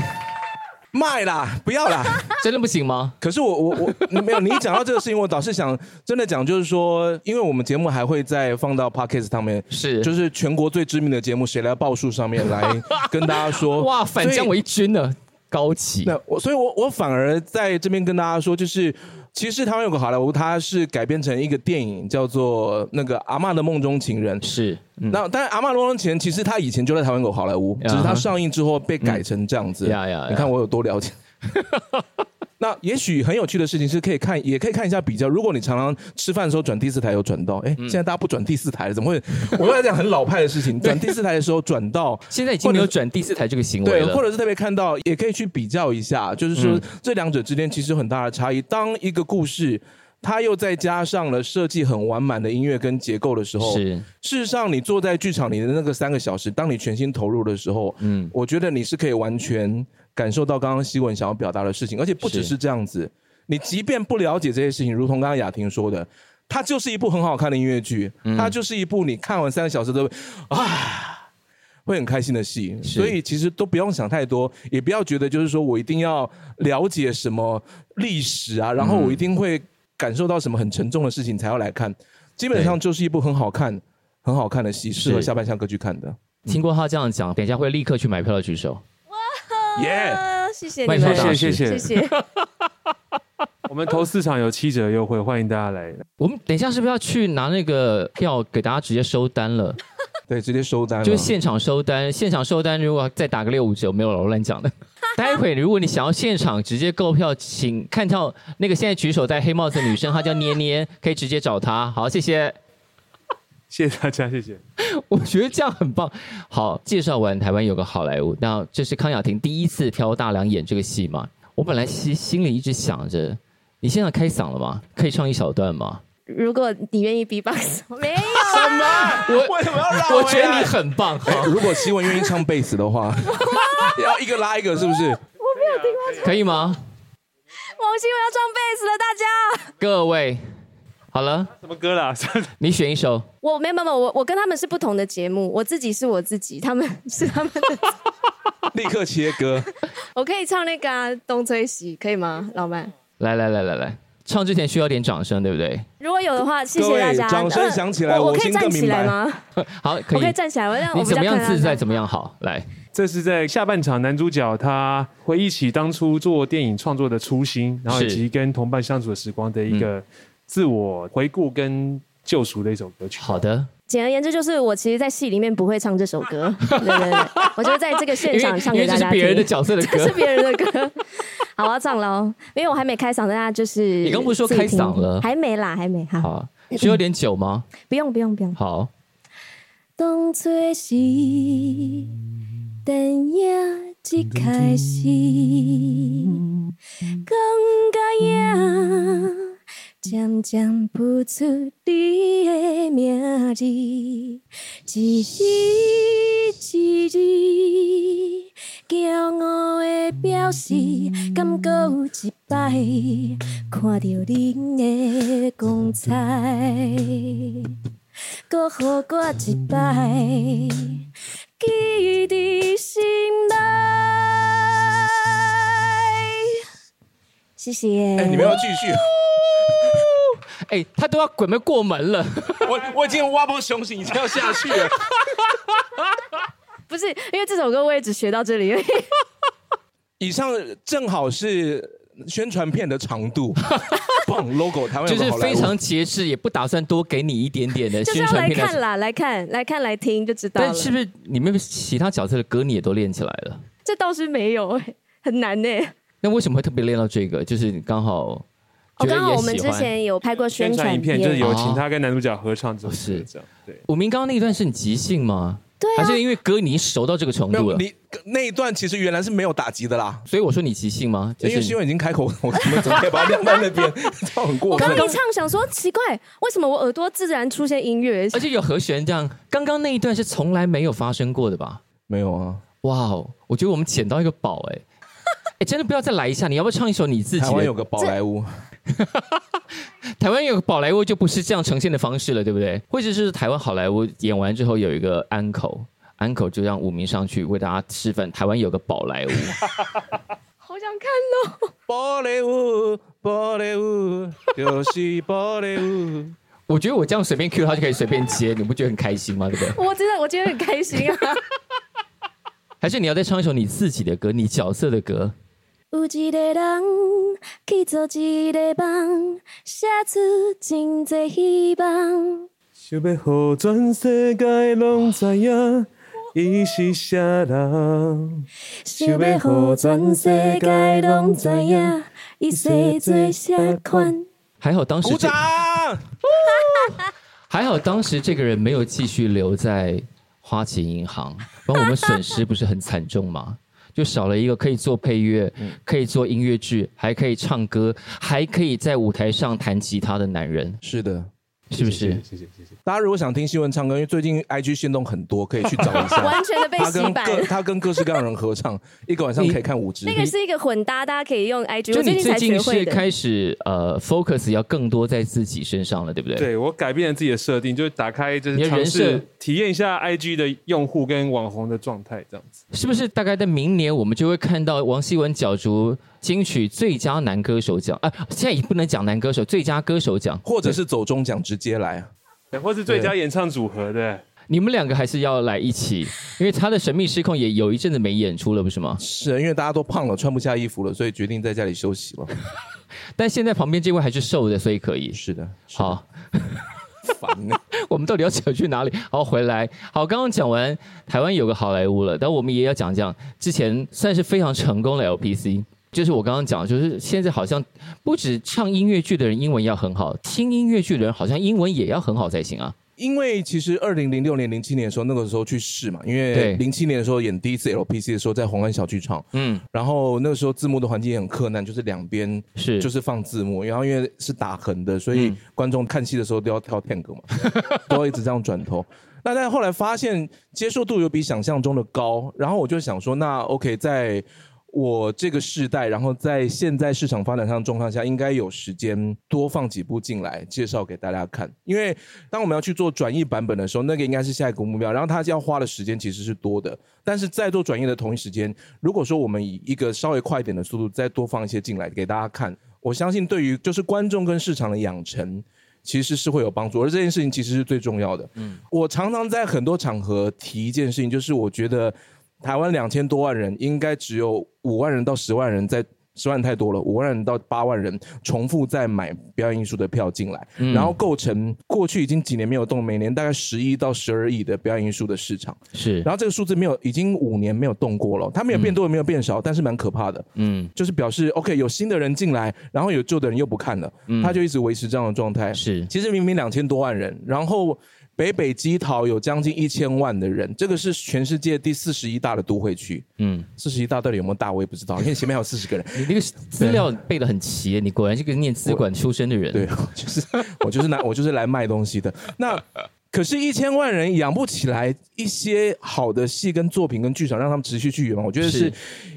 C: 卖啦，不要啦！
B: 真的不行吗？
C: 可是我我我没有，你一讲到这个事情，我倒是想真的讲，就是说，因为我们节目还会再放到 podcast 上面，
B: 是，
C: 就是是全国最知名的节目《谁来报数》上面来跟大家说。
B: 哇，反将
C: 所
B: 我
C: 以
B: 一军呢，高起。
C: 那我，所以我我反而在这边跟大家说，就是其实台湾有个好莱坞，它是改编成一个电影，叫做那个《阿嬷的梦中情人》。
B: 是，嗯，
C: 那当然，《阿嬷的梦中情人》其实它以前就在台湾有好莱坞，
B: 呀
C: 只是它上映之后被改成这样子。
B: 嗯呀呀呀
C: 你看我有多
B: (laughs)
C: 了解。那也许很有趣的事情是可以看，也可以看一下比较。如果你常常吃饭的时候转第四台有转到，哎、
B: 嗯
C: 现在大家不转第四台了，怎么会？ (laughs) 我在讲很老派的事情，转第四台的时候转
B: (laughs)
C: 到。
B: 现在已经没有转第四台这个行为
C: 对，
B: 了。嗯
C: 或者是特别看到，也可以去比较一下，就是说这两者之间其实有很大的差异。当一个故事它又再加上了设计很完满的音乐跟结构的时候，
B: 是
C: 事实上你坐在剧场里的那个三个小时，当你全心投入的时候，
B: 嗯
C: 嗯，我觉得你是可以完全感受到刚刚希文想要表达的事情，而且不只
B: 是
C: 是这样子，你即便不了解这些事情，如同刚刚雅婷说的。它就是一部很好看的音乐剧，它就是一部你看完三个小时都啊会很开心的戏，
B: 是
C: 所以其实都不用想太多，也不要觉得就是说我一定要了解什么历史啊，然后我一定会感受到什么很沉重的事情才要来看。基本上就是一部很好看、很好看的戏，适合下半场歌剧看的。
B: 听过他这样讲，等一下会立刻去买票的举手。
C: 耶！
A: 啊谢谢你
B: 麦
D: (laughs)
A: 们，
B: 克
D: 谢
B: 大师
D: 谢谢
A: 谢
D: 谢，
A: 谢。
D: 我们投四场有七折优惠，欢迎大家来。
B: 我们等一下是不是要去拿那个票给大家直接收单了？
C: 对，直接收单了。
B: 就是现场收单，现场收单如果再打个六五折，没有了我乱讲的。待会如果你想要现场直接购票，请看到那个现在举手戴黑帽子的女生，她叫捏捏，可以直接找她。好，谢谢。
D: 谢谢大家，谢谢。
B: 我觉得这样很棒。好，介绍完台湾有个好莱坞，那这是康雅婷第一次挑大梁演这个戏嘛？我本来心心里一直想着，你现在开嗓了吗？可以唱一小段吗？
A: 如果你愿意 B box，没 (laughs) 有
C: 什么？我为什么要绕回
B: 我
C: 来？
B: 觉得你很棒，好
C: 哎。如果希文愿意唱贝斯的 (laughs) 话，要一个拉一个，是不 (laughs) 是？
B: 可以吗？
A: 王心我要装贝斯了，大家。
B: 各位，好了，
D: 什么歌啦？
B: 你选一首。
A: 我没有没有没有，我我跟他们是不同的节目，我自己是我自己，他们是他们的。 (laughs)
C: 立刻切歌。
A: 我可以唱那个啊、东吹西，可以吗，老板？
B: 来来来来来，唱之前需要点掌声，对不对？
A: 如果有的话，谢
C: 各
A: 谢
C: 位
A: 大家。
C: 掌声
A: 呃
C: 响起来
A: 我
C: 我
A: 可以
C: 心
A: 站
C: 更
A: 起
C: 明
A: 来
C: 白
A: 吗？
B: 好，可
A: 我可以
B: 以。
A: 站起来，我让我
B: 你
A: 比较啊
B: 怎么样
A: 看得到
B: 自在怎么样好？来，
D: 这是在下半场，男主角他回忆起当初做电影创作的初心，然后以及跟同伴相处的时光的
B: 嗯
D: 一个自我回顾跟救赎的一首歌曲。
B: 好的。
A: 简而言之，就是我其实，在戏里面不会唱这首歌， (laughs) 对对对，我就在这个
B: 因
A: 现
B: 为
A: 场唱
B: 因为
A: 给
B: 这
A: 大
B: 是
A: 家听。
B: 别
A: (laughs)
B: 人的角色的
A: 这是
B: 歌。
A: 别人的歌。 (laughs) 好，我要唱喽，因为我还没开嗓，大家就是你
B: 刚不是说开嗓了
A: 还没啦，还没。好，
B: (laughs) 好，需要点酒吗？
A: 不用不用不用。
B: 好，
A: 当作是电影一开始，讲到影渐渐浮出你的名字，一日一日，骄傲的表示，敢搁有一摆看到恁的光彩。搁予我一摆，记伫心内。谢谢。
C: 哎，你们要继续。
B: 哎，他都要准备过门了。
C: 我我已经挖不雄心，已经要下去了。
A: 不是因为这首歌我也只学到这里而已，
C: 以上正好是宣传片的长 (laughs) 度，棒 logo 台湾
B: 就
C: 有个
B: 是
C: 好莱
B: 非
C: 坞
B: 常节制，也不打算多给你一点点的
A: 就是
B: 宣
A: 要
B: 传
A: 来
B: 片
A: 看
B: 的。
A: 啦，来看来看来听就知道了。
B: 但是不是你们其他角色的歌你也都练起来了？
A: 这倒是没有、哎，很难呢、
B: 那为什么会特别练到这个？就是你刚好
A: 哦，
B: 觉得
A: 刚好
B: 也
A: 我们
B: 喜
A: 之
B: 欢。
A: 前有拍过
D: 宣传
A: 传
D: 影片就是有
B: 哦
D: 请他跟男主角合唱这首歌，这样对。
B: 武明刚刚那一段是你即兴吗？
A: 对
B: 还是
A: 啊，
B: 因为歌你熟到这个程
C: 没
B: 度
C: 有
B: 了？
C: 你那一段其实原来是没有打击的啦，
B: 所以我说你即兴吗？就
C: 因为
B: 是
C: 新闻已经开口，我们怎么可以把它晾到
B: (laughs)
C: 那边？ (laughs) 这样很过
A: 我刚
C: 分
A: 一。唱想说奇怪，为什么我耳朵自然出现音乐？
B: 而且有和弦这样，刚刚那一段是从来没有发生过的吧？
C: 没有啊，
B: 哇哦，我觉得我们捡到一个宝
A: (laughs)
B: 哎、哎，真的不要再来一下！你要不要唱一首你自己的？
C: 台湾有个宝莱坞，
B: 台湾有个宝莱坞就不是这样呈现的方式了，对不对？或者是台湾好莱坞演完之后有一个安口，安口就让武明上去为大家示范台湾有个宝
C: (laughs)
B: 莱坞。
A: 好想看哦。
C: 宝莱坞，宝莱坞，就是宝莱坞。
B: 我觉得我这样随便 Q 他就可以随便接，你不觉得很开心吗？对不对？
A: 我真的，我今天很开心啊！ (laughs)
B: 还是你要再唱一首你自己的歌，你角色的歌？
A: 有一个人去做一个梦，写出真侪希望。
D: 想要互全世界拢知影，伊是啥人？
A: 想要互全世界拢知影，伊是做啥款？
B: 还好当时
C: 鼓
B: 这
C: 掌！
B: 还好当时这个人没有继续留在花旗银行，不然我们损失不是很惨重吗？ (laughs) 就少了一个可以做配乐、
D: 嗯
B: 可以做音乐剧、还可以唱歌、还可以在舞台上弹吉他的男人，
C: 是的。
B: 是不是？
D: 谢谢谢谢。
C: 大家如果想听新闻唱歌，因为最近 IG 限动很多，可以去找一
A: (laughs)
C: 下。
A: 完全的被
C: 他
A: 洗
C: 跟
A: 版。
C: 各他跟各式各样的人合唱，一个晚上可以看五
A: (laughs)
C: 支。
A: 那个是一个混搭，大家可以
B: (laughs)
A: 用 IG。
B: 就
A: 我
B: 你
A: 最
B: 最
A: 才学
B: 近
A: 会
B: 是
A: 的。
B: 开始呃 focus 要更多在自己身上了，对不对？。
D: 对我改变了自己的设定，就是打开就
B: 你
D: 是
B: 的人
D: 尝试
B: 设
D: 体验一下 IG 的用户跟网红的状态，这样子。
B: 是不是大概在明年我们就会看到王希文角逐金曲最佳男歌手奖？啊，现在也不能讲男歌手，最佳歌手奖，
C: 或者是走中奖直接来，啊
D: 对或是最佳演唱组合的，
B: 你们两个还是要来一起，因为他的《神秘失控》也有一阵子没演出了，不是吗？
C: 是因为大家都胖了，穿不下衣服了，所以决定在家里休息了。
B: 但现在旁边这位还是瘦的，所以可以。
C: 是的，是的，
B: 好，
C: 烦呢。
B: 我们到底要扯去哪里？好，回来。好，刚刚讲完台湾有个好莱坞了，但我们也要讲讲之前算是非常成功的 LPC。就是我刚刚讲，就是现在好像不止唱音乐剧的人英文要很好，听音乐剧的人好像英文也要很好才行啊。
C: 因为其实二零零六年、零七年的时候，那个时候去试嘛，因为
B: 对
C: 零七年的时候演第一次 LPC 的时候，在红安小剧场，
B: 嗯，
C: 然后那个时候字幕的环境也很困难，就是两边
B: 是，
C: 就是放字幕，然后因为是打横的，所以观众看戏的时候都要跳探戈嘛，都要一直这样转头。那但后来发现接受度有比想象中的高，然后我就想说，那 OK，在我这个世代，然后在现在市场发展上的状况下，应该有时间多放几部进来介绍给大家看。因为当我们要去做转译版本的时候，那个应该是下一个目标，然后它要花的时间其实是多的。但是在做转译的同一时间，如果说我们以一个稍微快一点的速度再多放一些进来给大家看，我相信对于就是观众跟市场的养成。其实是会有帮助，而这件事情其实是最重要的。嗯，我常常在很多场合提一件事情，就是我觉得台湾两千多万人，应该只有五万人到十万人在。十万太多了，五万人到八万人重复在买表演艺术的票进来，然后构成过去已经几年没有动，每年大概十一到十二亿的表演艺术的市场。
B: 是，
C: 然后这个数字没有，已经五年没有动过了，它没有变多也没有变少，但是蛮可怕的。
B: 嗯，
C: 就是表示 OK 有新的人进来，然后有旧的人又不看了，他就一直维持这样的状态。
B: 嗯是，
C: 其实明明两千多万人，然后北北基桃有将近一千万的人，这个是全世界第四十一大的都会区。
B: 嗯，
C: 四十一大到底有没有大，我也不知道，因为前面还有四十个人。
B: 你那个资料背的很齐耶，你果然是个念资管出身的人。
C: 对，我就是我就是来我就是来卖东西的。那可是，一千万人养不起来一些好的戏跟作品跟剧场，让他们持续去圆嘛。我觉得是
B: 是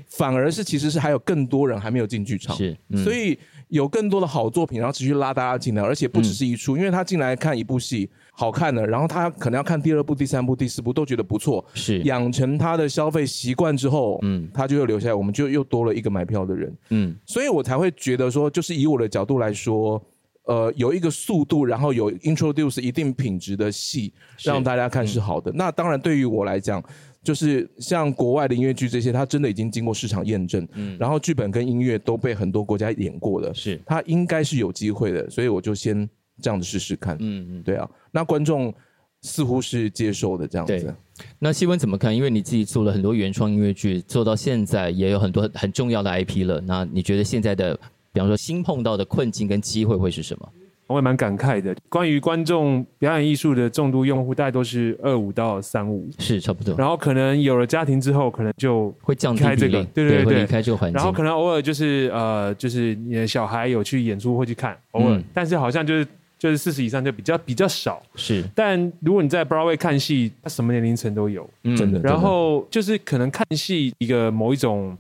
C: 反而是其实是还有更多人还没有进剧场，
B: 是嗯
C: 所以有更多的好作品，然后持续拉大家进来，而且不
B: 嗯
C: 只是一出，因为他进来看一部戏好看了，然后他可能要看第二部、第三部、第四部都觉得不错，
B: 是
C: 养成他的消费习惯之后，
B: 嗯
C: 嗯，他就又留下来，我们就又多了一个买票的人，
B: 嗯，
C: 所以我才会觉得说，就是以我的角度来说。呃，有一个速度，然后有 introduce 一定品质的戏，
B: 是嗯
C: 让大家看是好的。那当然，对于我来讲，就是像国外的音乐剧这些，它真的已经经过市场验证，然后剧本跟音乐都被很多国家演过的，
B: 嗯是
C: 它应该是有机会的，所以我就先这样子试试看。
B: 嗯嗯。
C: 对啊，那观众似乎是接受的这样
B: 对
C: 子。
B: 那希文怎么看？因为你自己做了很多原创音乐剧，做到现在也有很多很重要的 IP 了。那你觉得现在的，比方说新碰到的困境跟机会会是什么？
D: 我也蛮感慨的。关于观众表演艺术的重度用户，大概都是二五到三五，
B: 是差不多，
D: 然后可能有了家庭之后，可能就
B: 会降低
D: 开
B: 比
D: 这
B: 例，
D: 个对对对
B: 会
D: 对
B: 离开这个环境。
D: 然后可能偶尔就是呃，就是你的小孩有去演出会去看，偶尔，
B: 嗯
D: 但是好像就是就是四十以上就比较比较少。
B: 是，
D: 但如果你在 Broadway 看戏，它什么年龄层都有。
B: 嗯
C: 真的
D: 然后就是可能看戏一个某一种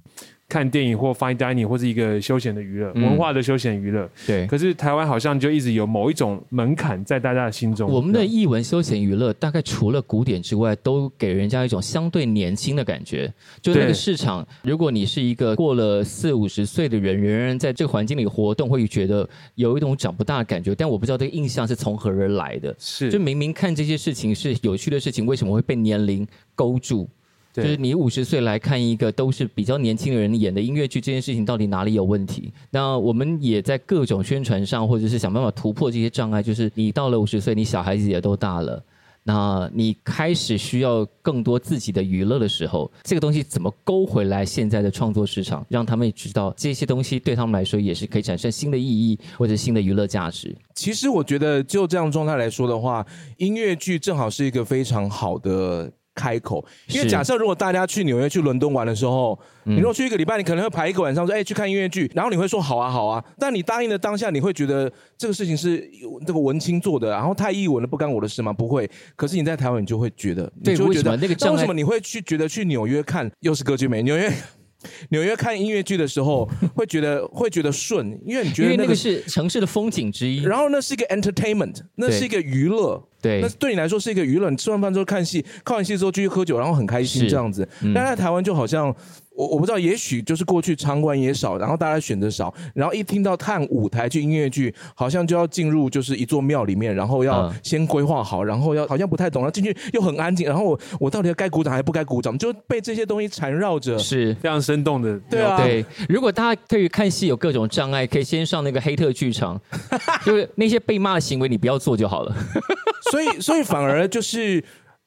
D: 看电影或 fine dining 或是一个休闲的娱乐，
B: 嗯
D: 文化的休闲娱乐。
B: 对。
D: 可是台湾好像就一直有某一种门槛在大家的心中。
B: 我们的
D: 对
B: 艺文休闲娱乐，大概除了古典之外，都给人家一种相对年轻的感觉。就那个
D: 对
B: 市场，如果你是一个过了四五十岁的人，仍然在这个环境里活动，会觉得有一种长不大的感觉。但我不知道这个印象是从何而来的。
D: 是
B: 就明明看这些事情是有趣的事情，为什么会被年龄勾住？就
D: 对
B: 是你五十岁来看一个都是比较年轻人演的音乐剧，这件事情到底哪里有问题？那我们也在各种宣传上，或者是想办法突破这些障碍。就是你到了五十岁，你小孩子也都大了，那你开始需要更多自己的娱乐的时候，这个东西怎么勾回来现在的创作市场，让他们也知道这些东西对他们来说也是可以产生新的意义或者新的娱乐价值？
C: 其实我觉得，就这样状态来说的话，音乐剧正好是一个非常好的开口。因为
B: 是嗯
C: 假设如果大家去纽约、去伦敦玩的时候，你如果去一个礼拜，你可能会排一个晚上说，哎、去看音乐剧，然后你会说好啊好啊，但你答应的当下，你会觉得这个事情是这个文青做的，然后太译文了，不干我的事吗？不会。可是你在台湾，你就会觉得，
B: 对
C: 你就会觉
B: 为什
C: 得
B: 么那个障碍
C: 为什么你会去觉得去纽约看又是歌剧美？纽约。 (laughs) 纽约看音乐剧的时候，会觉得会觉得顺，因为你觉
B: 因
C: 得
B: 为那
C: 那个
B: 个是城市的风景之一。
C: 然后那是一个 entertainment，那是一个娱乐，
B: 对
C: 那，对你来说是一个娱乐。你吃完饭之后看戏，看完戏之后继续喝酒，然后很开心
B: 是嗯
C: 这样子。但在台湾就好像我我不知道，也许就是过去场馆也少，然后大家选择少，然后一听到看舞台剧、音乐剧，好像就要进入就是一座庙里面，然后要
B: 嗯
C: 先规划好，然后要好像不太懂，然后进去又很安静，然后我我到底要该鼓掌还不该鼓掌，就被这些东西缠绕着。
B: 是。
D: 非常生动的。
C: 对啊
B: 对，如果大家对于看戏有各种障碍，可以先上那个黑特剧
C: (laughs)
B: 场，就是那些被骂的行为你不要做就好了。
C: (laughs) 所以，所以反而就是。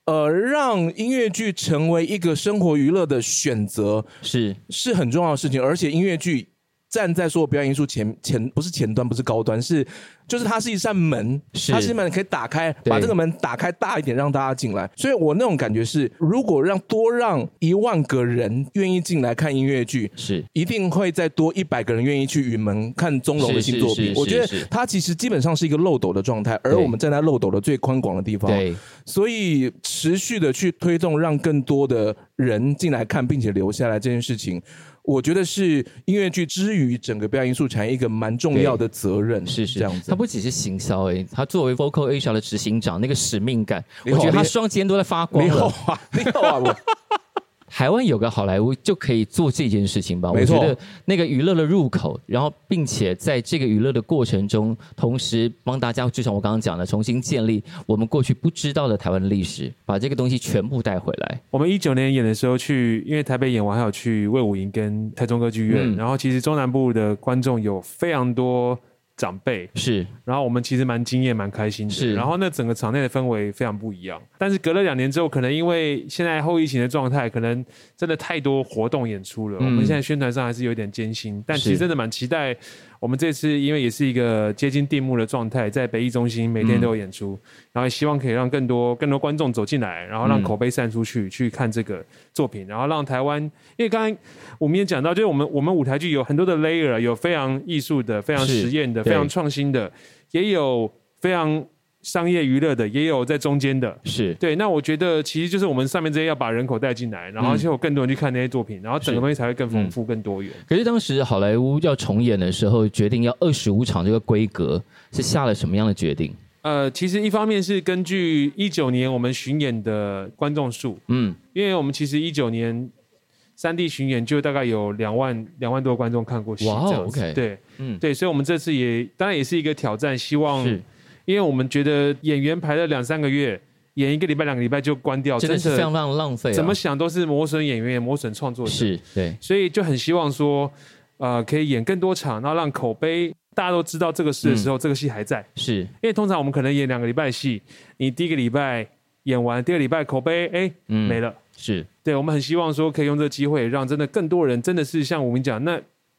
C: 呃，让音乐剧成为一个生活娱乐的选择
B: 是，
C: 是很重要的事情，而且音乐剧站在所有表演艺术前前不是前端，不是高端，是就是它是一扇门，
B: 是
C: 它是一扇门可以打开，
B: 对
C: 把这个门打开大一点，让大家进来。所以我那种感觉是，如果让多让一万个人愿意进来看音乐剧，
B: 是
C: 一定会再多一百个人愿意去云门看钟楼的新作
B: 是是
C: 品
B: 是。
C: 我觉得
B: 是是
C: 它其实基本上是一个漏斗的状态，而
B: 对
C: 我们站在漏斗的最宽广的地方。
B: 对，
C: 所以持续的去推动，让更多的人进来看，并且留下来这件事情，我觉得是音乐剧之于整个表演艺术产业一个蛮重要的责任。
B: 是是
C: 这样子
B: 他。不只是行销诶、他作为 Vocal Asia 的执行长，那个使命感，
C: 你
B: 我
C: 好
B: 觉得他
C: 厉害
B: 双肩都在发光
C: 你好
B: 了。 (laughs)
C: 啊，你好啊，我
B: 台湾有个好莱坞就可以做这件事情吧？我
C: 没错
B: 觉得那个娱乐的入口，然后并且在这个娱乐的过程中，同时帮大家，就像我刚刚讲的，重新建立我们过去不知道的台湾历史，把这个东西全部带回来。
D: 我们一九年演的时候去，因为台北演完，还有去魏武营跟台中歌剧院，
B: 嗯
D: 然后其实中南部的观众有非常多长辈，
B: 是
D: 然后我们其实蛮惊艳、蛮开心的。
B: 是
D: 然后那整个场内的氛围非常不一样。但是隔了两年之后，可能因为现在后疫情的状态，可能真的太多活动演出了，
B: 嗯
D: 我们现在宣传上还是有点艰辛。但
B: 是
D: 其实真的蛮期待，我们这次因为也是一个接近定幕的状态，在北艺中心每天
B: 嗯
D: 都有演出，然后也希望可以让更多更多观众走进来，然后让
B: 嗯
D: 口碑散出去，去看这个作品，然后让台湾，因为刚才我们也讲到，就是我们我们舞台剧有很多的 layer，有非常艺术的、非常
B: 是
D: 实验的、
B: 对
D: 非常创新的，也有非常商业娱乐的，也有在中间的。
B: 是，
D: 对，那我觉得其实就是我们上面这些要把人口带进来，然后
B: 嗯
D: 就有更多人去看那些作品，然后整个东西才会更丰富、更多元。
B: 可是当时好莱坞要重演的时候，决定要二十五场这个规格，是下了什么样的决定？
D: 呃，其实一方面是根据一九年我们巡演的观众数，
B: 嗯，
D: 因为我们其实一九年三 D 巡演就大概有两万两万多观众看过戏，
B: 哇哦
D: 这样子
B: OK
D: 对，
B: 嗯
D: 嗯，对，所以我们这次也当然也是一个挑战，希望
B: 是，
D: 因为我们觉得演员排了两三个月，演一个礼拜、两个礼拜就关掉，
B: 真的是非常非常浪费、啊。
D: 怎么想都是磨损演员、也磨损创作者，
B: 是？对，
D: 所以就很希望说，呃，可以演更多场，然后让口碑大家都知道这个事的
B: 嗯
D: 时候，这个戏还在。
B: 是
D: 因为通常我们可能演两个礼拜的戏，你第一个礼拜演完，第二个礼拜口碑哎、
B: 嗯
D: 没了。
B: 是
D: 对，我们很希望说可以用这个机会，让真的更多人真的是像我们讲，那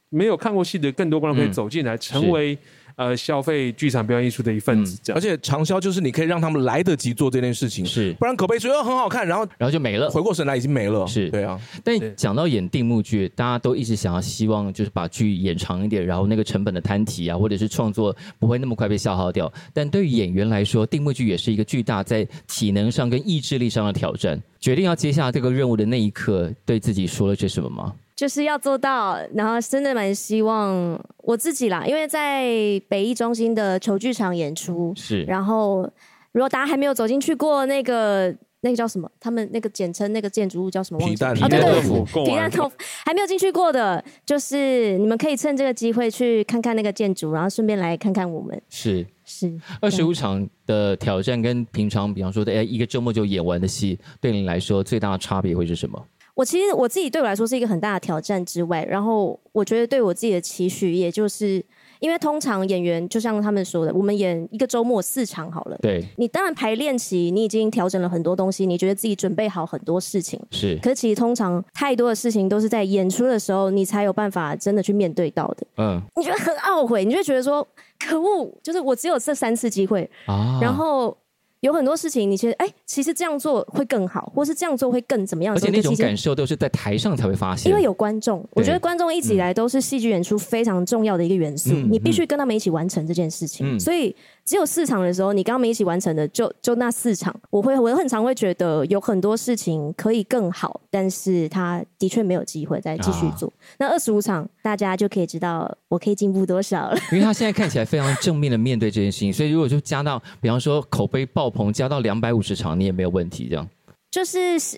D: 没有看过戏的更多
B: 嗯
D: 观众可以走进来，成为呃消费剧场表演艺术的一份
B: 嗯
D: 子。
B: (laughs)
D: 这
C: 而
D: 样，
C: 且长销就是你可以让他们来得及做这件事情，
B: 是，
C: 不然口碑说哦很好看，然后呃
B: 然后就没了。
C: 回过神来已经没了。
B: 是
C: 对啊，
D: 对
B: 但讲到演定目剧，大家都一直想要希望就是把剧演长一点，然后那个成本的摊提啊，或者是创作不会那么快被消耗掉。但对于演员来说，定目剧也是一个巨大在体能上跟意志力上的挑战。决定要接下这个任务的那一刻，对自己说了些什么吗？
A: 就是要做到，然后真的蛮希望我自己啦，因为在北艺中心的球剧场演出，
B: 是
A: 然后如果大家还没有走进去过那个那个叫什么，他们那个简称那个建筑物叫什么？忘
C: 皮
A: 记了
C: 蛋
A: 哦，对
B: 皮蛋
A: 对
B: 豆腐
A: 对，
D: 够
A: 皮
D: 完
A: 蛋豆腐还没有进去过的，就是你们可以趁这个机会去看看那个建筑，然后顺便来看看我们。
B: 是，
A: 是
B: 二十五场的挑战跟平常比方说的哎一个周末就演完的戏，对你来说最大的差别会是什么？
A: 我其实我自己对我来说是一个很大的挑战之外，然后我觉得对我自己的期许，也就是因为通常演员就像他们说的，我们演一个周末四场好了。
B: 对，
A: 你当然排练期，你已经调整了很多东西，你觉得自己准备好很多事情，
B: 是，
A: 可是其实通常太多的事情都是在演出的时候，你才有办法真的去面对到的。
B: 嗯
A: 你觉得很懊悔，你就会觉得说可恶，就是我只有这三次机会，
B: 啊，
A: 然后有很多事情，你觉得哎，其实这样做会更好，或是这样做会更怎么样？
B: 而且那种
A: 其实
B: 感受都是在台上才会发现，
A: 因为有观众，我觉得观众一直以来都是戏剧演出非常重要的一个元素，
B: 嗯
A: 你必须跟他们一起完成这件事情。
B: 嗯
A: 所以只有四场的时候，你跟他们一起完成的就就那四场，我会我很常会觉得有很多事情可以更好，但是他的确没有机会再继续做。
B: 啊
A: 那二十五场，大家就可以知道我可以进步多少了。
B: 因为他现在看起来非常正面的面对这件事情，所以如果就加到，比方说口碑爆棚，加到两百五十场，你也没有问题。这样，
A: 就是希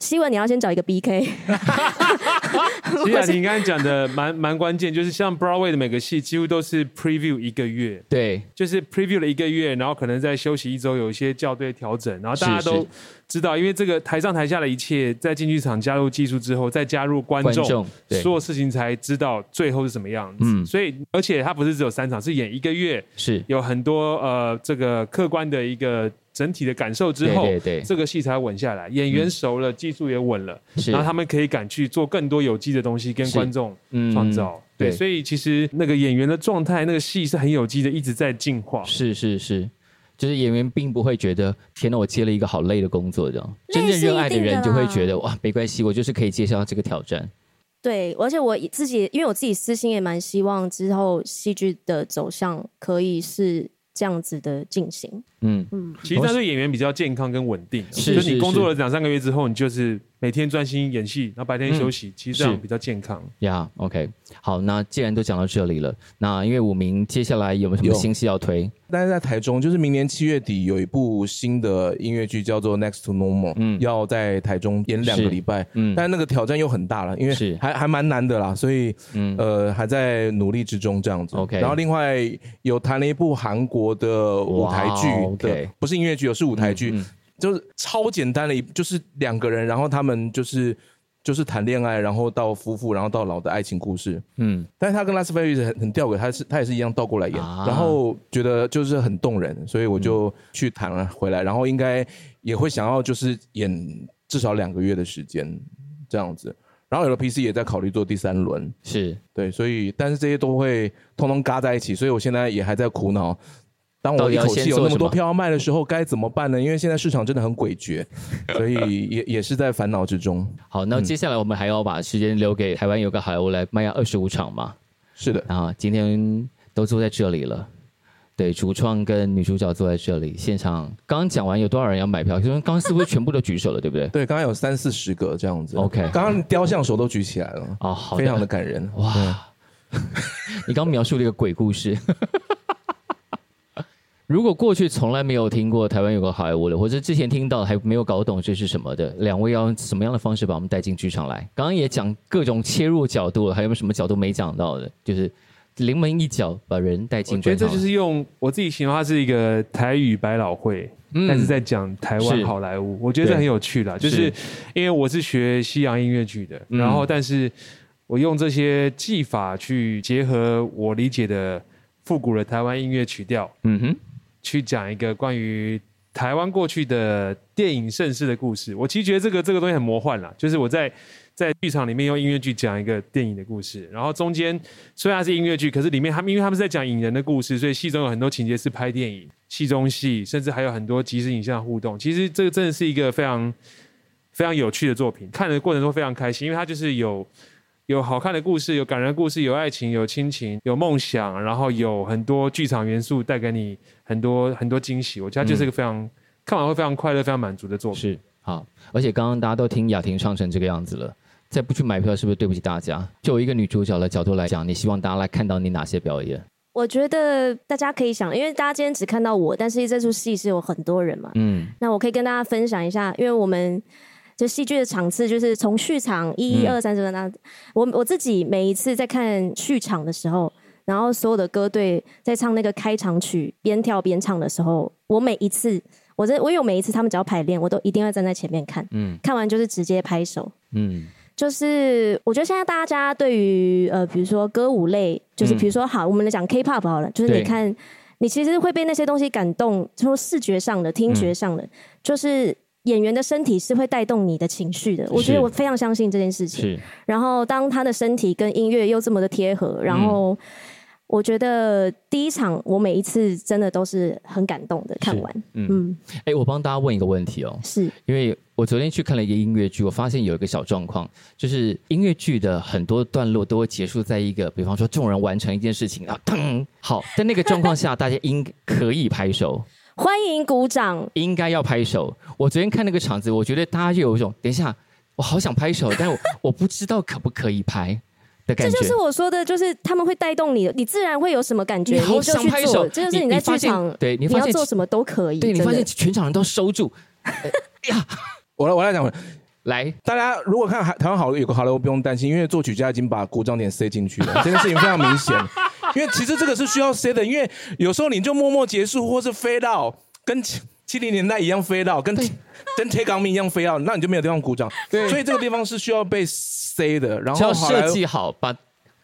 A: 希文，你要先找一个 BK，
D: 其实啊你刚才讲的蛮蛮关键，就是像 Broadway 的每个戏几乎都是 preview 一个月，
B: 对，
D: 就是 preview 了一个月，然后可能在休息一周有一些校对调整，然后大家
B: 是
D: 都
B: 是
D: 知道，因为这个台上台下的一切，在进剧场加入技术之后，再加入观
B: 观
D: 众
B: 众，对，
D: 所有事情才知道最后是什么样子。
B: 嗯
D: 所以而且它不是只有三场，是演一个月，
B: 是
D: 有很多呃这个客观的一个整体的感受之后，
B: 对对对
D: 这个戏才稳下来，演员熟了，技术也稳了，
B: 是
D: 然后他们可以敢去做更多有机的东西跟
B: 是
D: 观众
B: 嗯
D: 创造。对，
B: 对
D: 所以其实那个演员的状态，那个戏是很有机的，一直在进化。
B: 是是是，就是演员并不会觉得天哪，我接了一个好累的工作这样。
A: 累
B: 真正
A: 是
B: 热
A: 一
B: 爱的
A: 定的
B: 人就会
A: 啦
B: 觉得哇，没关系，我就是可以接受到这个挑战。
A: 对，而且我自己，因为我自己私心也蛮希望之后戏剧的走向可以是这样子的进行。
B: 嗯，
D: 其实那对演员比较健康跟稳定，
B: 是
D: 就是
B: 是
D: 你工作了两三个月之后，你就是每天专心演戏，然后白天休息，其实这
B: 是
D: 样比较健康。
B: 呀、o k 好，那既然都讲到这里了，那因为武明接下来有没有什么
C: 有
B: 新戏要推？
C: 但是在台中，就是明年七月底有一部新的音乐剧叫做《Next to Normal》，
B: 嗯
C: 要在台中演两个礼拜，
B: 嗯，
C: 但那个挑战又很大了，因为
B: 是
C: 还还蛮难的啦，所以
B: 嗯
C: 呃还在努力之中这样子。
B: OK
C: 然后另外有谈了一部韩国的舞台剧
B: 哇
C: 的
B: OK
C: 不是音乐剧哦，是舞台剧，
B: 嗯嗯
C: 就是超简单的一，就是两个人，然后他们就是就是谈恋爱，然后到夫妇，然后到老的爱情故事。
B: 嗯，
C: 但是他跟拉斯菲斯很很吊诡，他是他也是一样倒过来演，
B: 啊
C: 然后觉得就是很动人，所以我就去谈了回来，然后应该也会想要就是演至少两个月的时间这样子，然后 LPC 也在考虑做第三轮，
B: 是
C: 对，所以但是这些都会通通嘎在一起，所以我现在也还在苦恼。当我一口气有那么多票要卖的时候，该怎么办呢？因为现在市场真的很诡谲，所以也 (laughs) 也是在烦恼之中。
B: 好，
C: 嗯
B: 那接下来我们还要把时间留给台湾有个好莱坞来卖二十五场嘛？
C: 是的，
B: 啊，今天都坐在这里了。对，主创跟女主角坐在这里，现场刚刚讲完有多少人要买票？因为刚刚是不是全部都举手了，对不对？
C: 对，刚刚有三四十个这样子。
B: OK
C: 刚刚雕像手都举起来了。
B: 哦，好
C: 非常的感人。
B: 哇！ (laughs) 你刚描述了一个鬼故事。 (laughs) 如果过去从来没有听过台湾有个好莱坞的，或者之前听到还没有搞懂这是什么的，两位要用什么样的方式把我们带进剧场来？刚刚也讲各种切入角度了，还有没有什么角度没讲到的？就是临门一脚把人带
D: 我
B: 进
D: 觉得
B: 剧
D: 这
B: 场。
D: 就是用我自己形容，它是一个台语百老汇，
B: 嗯
D: 但是在讲台湾
B: 是
D: 好莱坞，我觉得这
B: 对
D: 很有趣啦。就是
B: 是
D: 因为我是学西洋音乐剧的，
B: 嗯
D: 然后但是我用这些技法去结合我理解的复古的台湾音乐曲调，
B: 嗯哼，
D: 去讲一个关于台湾过去的电影盛世的故事。我其实觉得这个这个东西很魔幻啦，就是我在在剧场里面用音乐剧讲一个电影的故事，然后中间虽然它是音乐剧，可是里面他们因为他们是在讲影人的故事，所以戏中有很多情节是拍电影、戏中戏，甚至还有很多即时影像互动。其实这个真的是一个非常非常有趣的作品，看的过程中非常开心，因为它就是有。有好看的故事，有感人的故事，有爱情，有亲情，有梦想，然后有很多剧场元素带给你很多很多惊喜。我觉得它就是一
C: 嗯
D: 个非常、看完会非常快乐、非常满足的作品。
B: 是好，而且刚刚大家都听雅婷唱成这个样子了，再不去买票是不是对不起大家？就一个女主角的角度来讲，你希望大家来看到你哪些表演？
A: 我觉得大家可以想，因为大家今天只看到我，但是这出戏是有很多人嘛，
B: 嗯，
A: 那我可以跟大家分享一下，因为我们就戏剧的场次就是从序场一、一
B: 嗯
A: 二、三、四、那我我自己每一次在看序场的时候，然后所有的歌队在唱那个开场曲，边跳边唱的时候，我每一次，我这我有每一次他们只要排练，我都一定会站在前面看，
B: 嗯
A: 看完就是直接拍手，
B: 嗯
A: 就是我觉得现在大家对于呃，比如说歌舞类，就是
B: 嗯
A: 比如说好，我们来讲 K-pop 好了，就是
B: 对
A: 你看，你其实会被那些东西感动，就说视觉上的、听
B: 嗯
A: 觉上的，就是演员的身体是会带动你的情绪的。我觉得我非常相信这件事情。
B: 是嗯
A: 然后当他的身体跟音乐又这么的贴合，然后我觉得第一场我每一次真的都是很感动的看完，嗯，
B: 哎、我帮大家问一个问题哦，
A: 是
B: 因为我昨天去看了一个音乐剧，我发现有一个小状况，就是音乐剧的很多段落都会结束在一个，比方说众人完成一件事情啊，噔，好，在那个状况下，大家应可以拍手，
A: 欢迎鼓掌，
B: 应该要拍手。我昨天看那个场子，我觉得大家就有一种，等一下，我好想拍手，但我我不知道可不可以拍的感
A: 这
B: 觉
A: 就。是我说的，就是他们会带动你，你自然会有什么感觉，
B: 你好
A: 就
B: 想
A: 去
B: 拍手
A: 做，，这就是
B: 你
A: 在
B: 发
A: 剧
B: 现
A: 场，
B: 对你
A: 你
B: 发
A: 要
B: 现
A: 做什么都可以，
B: 对你
A: 真
B: 发
A: 的
B: 现全场人都收住，
C: 我来我来讲，
B: 来，
C: 大家如果看台台湾好有个好莱坞不用担心，因为作曲家已经把鼓掌点塞进去
B: (laughs)
C: 了，这件事情非常明显。因为其实这个是需要塞的，因为有时候你就默默结束，或是飞到跟七七零年代一样飞到，跟跟 Take On Me 一样飞到，那你就没有地方鼓掌。对，所以这个地方是需要被塞的。然
B: 只
C: 后
B: 要
C: 好莱
B: 设
C: 坞
B: 计好，把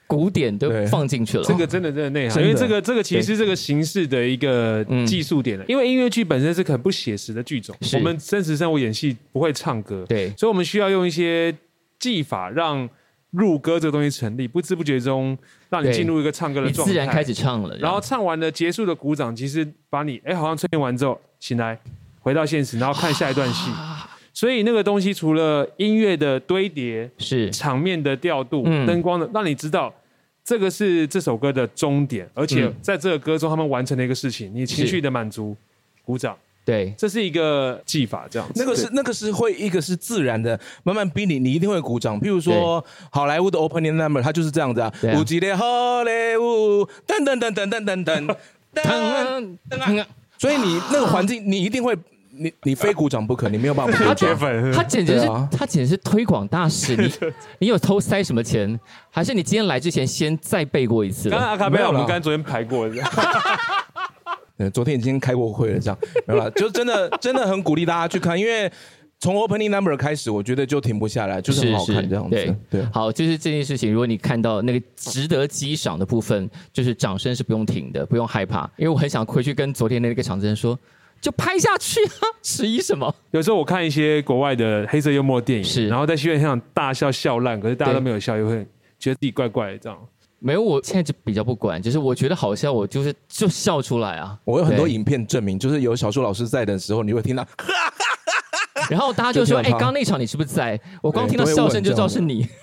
B: 鼓点都
C: 对
B: 放进去了。
D: 这个真的真的内涵，
C: 真的
D: 因为这个这个其实是这个形式的一个技术点了。啊因为音乐剧本身是个很不写实的剧种，
B: 嗯是
D: 我们真实生活演戏不会唱歌，
B: 对
D: 所以我们需要用一些技法让入歌这个东西成立，不知不觉中让你
B: 对
D: 进入一个唱歌的
B: 你
D: 状
B: 自
D: 态，
B: 然开始唱了，
D: 然后唱完了结束的鼓掌，其实把你哎、好像催眠完之后醒来，回到现实，然后看下一段戏。
B: 啊
D: 所以那个东西除了音乐的堆叠、
B: 是
D: 场面的调度、
B: 嗯
D: 灯光的，让你知道这个是这首歌的终点，而且
B: 嗯
D: 在这个歌中他们完成了一个事情，你情绪的满足，鼓掌，
B: 对，
D: 这是一个技法，这样子
C: 那个是那个是会一个是自然的，慢慢逼你，你一定会鼓掌。譬如说好莱坞的 opening number，它就是这样子啊，
B: 对啊
C: 有几列好莱坞，噔噔噔噔噔噔噔噔。
B: 噔噔
C: 所以你那个环境，你一定会，你你非鼓掌不可，你没有办法不鼓掌。
D: 粉
B: 他简直是
C: 对啊
B: 他简直是推广大使，你你有偷塞什么钱？还是你今天来之前先再背过一次
D: 刚刚
B: 了？
D: 阿卡贝
C: 没有
D: 拉我们
C: 啦
D: 刚才昨天排过的， (laughs)
C: 呃，昨天已经开过会了，这样没有了，就真的真的很鼓励大家去看，因为从 opening number 开始，我觉得就停不下来，就是很好看这样
B: 对
C: 子。对，
B: 好，就是这件事情。如果你看到那个值得激赏的部分，就是掌声是不用停的，不用害怕，因为我很想回去跟昨天的那个场子人说，就拍下去啊，迟疑什么？
D: 有时候我看一些国外的黑色幽默电影，
B: 是
D: 然后在戏院上大笑笑烂，可是大家
B: 对
D: 都没有笑，又会觉得自己怪怪的这样。
B: 没有，我现在就比较不管，就是我觉得好笑，我就是就笑出来啊。
C: 我有很多
B: 对
C: 影片证明，就是有小树老师在的时候，你会听到，
B: 然后大家就
C: 就
B: 说：“
C: 听到
B: 哎、
C: 他
B: 刚刚那场你是不是在？”我光
C: 对
B: 听到
C: 都会
B: 笑
C: 问
B: 声就知道
C: 这
B: 是
C: 样
B: 你。 (laughs)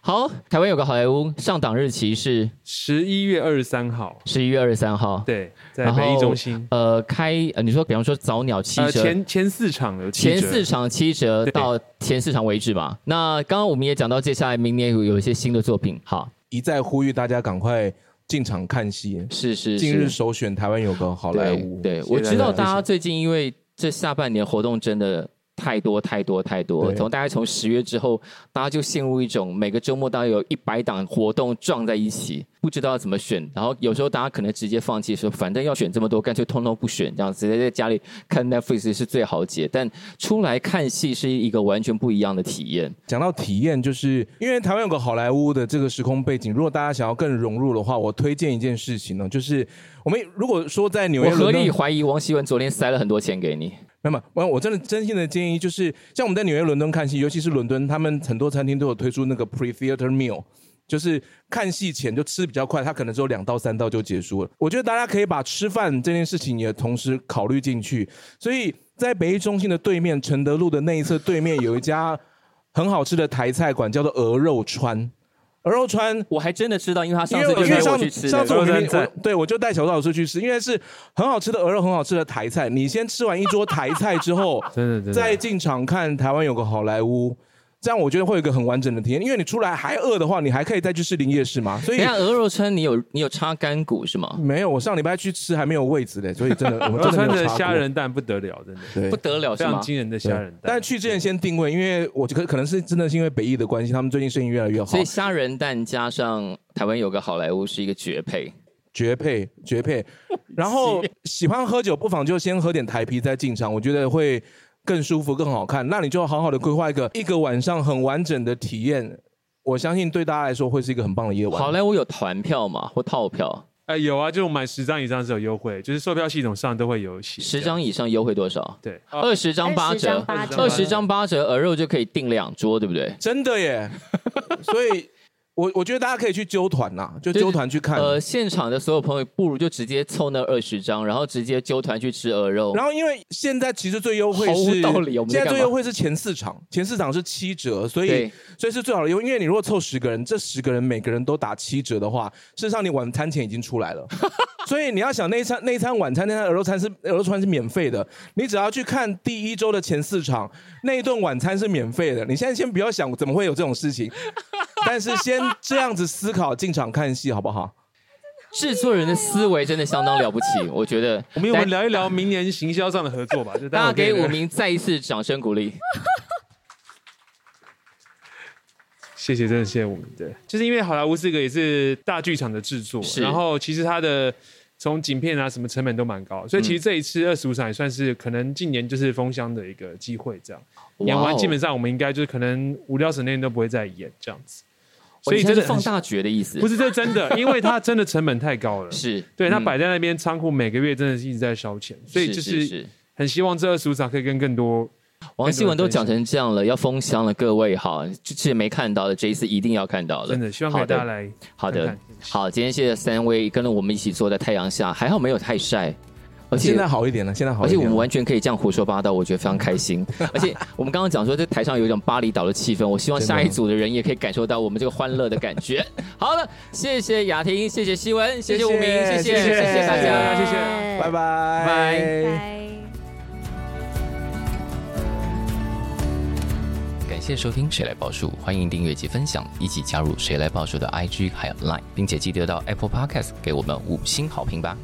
B: 好，台湾有个好莱坞上档日期是
D: 十一月二十三号，
B: 十一月二十三号，，
D: 对，在
B: 然后
D: 北艺中心。
B: 呃，开呃，你说比方说早鸟七
D: 呃，
B: 折，
D: 前前四场有七折
B: 前四场七折
D: 对
B: 到前四场为止嘛。那刚刚我们也讲到，接下来明年有有一些新的作品，好，
C: 一再呼吁大家赶快进场看戏。
B: 是是
C: 近日
B: 是
C: 首选台湾有个好莱坞，
B: 对，对
C: 谢谢
B: 我知道
C: 大
B: 大
C: 家
B: 家最近因为这下半年活动真的太多太多太多，
C: 对
B: 从大概从十月之后，大家就陷入一种每个周末大概有一百档活动撞在一起，不知道要怎么选。然后有时候大家可能直接放弃说，反正要选这么多，干脆通通不选，这样直接在家里看 Netflix 是最好解。但出来看戏是一个完全不一样的体验。
C: 讲到体验，就是因为台湾有个好莱坞的这个时空背景，如果大家想要更融入的话，我推荐一件事情呢，就是我们如果说在纽
B: 我
C: 约、
B: 合
C: 伦
B: 理
C: 敦，
B: 怀疑王希文昨天塞了很多钱给你，
C: 那么我我真的真心的建议，就是像我们在纽约、伦敦看戏，尤其是伦敦，他们很多餐厅都有推出那个 pre theater meal。就是看戏前就吃比较快，他可能只有两到三道就结束了。我觉得大家可以把吃饭这件事情也同时考虑进去。所以在北艺中心的对面，承德路的那一侧对面有一家很好吃的台菜馆，叫做鹅肉川。鹅肉川
B: 我还真的知道，因为他上
C: 因为
B: 次就
C: 因为
B: 带我
C: 上
B: 去吃
C: 上次
B: 的。
C: 我
D: 鹅肉
C: 明明
D: 蘸
C: 我对我就带小赵老师去吃，因为是很好吃的鹅肉，很好吃的台菜。你先吃完一桌台菜
B: (laughs)
C: 之后，
D: 真的真的
C: 再进场看台湾有个好莱坞，这样我觉得会有一个很完整的体验。因为你出来还饿的话，你还可以再去士林夜市嘛。所以
B: 等一下鹅肉村，你有你有插干股是吗？
C: 没有，我上礼拜去吃还没有位置嘞，所以真
B: (laughs)
C: 的我
D: 然后
C: 真的
D: 穿
C: 没有
D: 着
C: 查过
D: 虾仁蛋不得了，真的
C: 对
B: 不。得哦了是
D: 非常
B: 吗？
D: 惊人的虾
C: 对
D: 仁蛋。
C: 但去之前先定位，因为我可可能是真的是因为北艺的关系，他们最近生意越来越好
B: 所以，虾仁蛋加上台湾有个好莱坞是一个绝配。
C: 绝配
B: (laughs)
C: 绝配。然后喜欢喝酒，不妨就先喝点台啤再进场，我觉得会更舒服、更好看。那你就好好的规划一个一个晚上很完整的体验，我相信对大家来说会是一个很棒的夜晚。
B: 好莱坞有团票嘛，或套票，
D: 哎、有啊，就是买十张以上是有优惠，就是售票系统上都会有写
B: 十张以上优惠多少？
D: 对，呃
B: 二十张八折，
A: 哎八折
B: (laughs) 二十张八折，鹅肉就可以订两桌，对不对？
C: 真的耶，所以我我觉得大家可以去揪团呐，就揪团去看。
B: 呃，现场的所有朋友不如就直接凑那二十张，然后直接揪团去吃鹅肉。
C: 然后因为现在其实最优惠
B: 毫无
C: 是
B: 道理我们在
C: 现在
B: 干
C: 最
B: 嘛
C: 优惠是前四场，前四场是七折，所以
B: 对
C: 所以是最好的优惠。因为你如果凑十个人，这十个人每个人都打七折的话，事实上你晚餐钱已经
B: (laughs)
C: 出来了。所以你要想那一餐那一餐晚餐那餐鹅肉餐是鹅肉餐是免费的，你只要去看第一周的前四场，那一顿晚餐是免费的。你现在先不要想怎么会有这种
B: (laughs)
C: 事情，但是先这样子思考进场看戏好不好？
B: 制作人的思维真的相当了不
D: (laughs)
B: 起，我觉得。
D: 我们我们
B: 来
D: 聊一聊明年行销上的合作吧，就
B: 大家给
D: 我
B: 武明再一次掌声鼓
D: (laughs)
B: 励。
D: 谢谢，真的谢谢我们。对，就是因为好莱坞这个也是大剧场的制作，
B: 是
D: 然后其实它的从景片啊什么成本都蛮高，所以其
B: 嗯
D: 实这一次二十五场也算是可能近年就是封箱的一个机会，这样演
B: 哇
D: 完
B: 哦
D: 基本上我们应该就是可能无聊省内都不会再演这样子，
B: 哦
D: 所以
B: 你现在
D: 真的
B: 是放大决的意思，
D: 不是这真的，因为它真的成本太高了，
B: (laughs) 是
D: 对，它
B: 嗯
D: 摆在那边仓库每个月真的是一直在烧钱，所以就是是
B: 是
D: 很希望这二十五场可以跟更多
B: 王希文都讲成这样了，要封箱了，各位好，之前没看到的，这一次一定要看到的。
D: 真的希望可
B: 好
D: 以大家
B: 的，
D: 来
B: 好
D: 看
B: 的
D: 看，
B: 好，今天谢谢三位跟着我们一起坐在太阳下，还好没有太晒，而且
C: 现在好一点了，现在好
B: 而
C: 一
B: 且我
C: 点
B: 们
C: 了。
B: 完全可以这样胡说八道，我觉得非常开心。而且我们刚刚讲说，在台上有一种巴厘岛的气氛，我希望
C: 真的
B: 下一组的人也可以感受到我们这个欢乐的感觉。好了，谢谢雅婷，谢谢希文，谢谢
C: 谢谢
B: 吴明，谢谢
C: 谢
B: 谢
C: 谢
B: 谢大家，
D: 谢谢
C: 拜拜
B: 拜
A: 拜。
B: 感谢收听《谁来报数》，欢迎订阅及分享，一起加入《谁来报数》的 IG 还有 Line，并且记得到 Apple Podcast 给我们五星好评吧。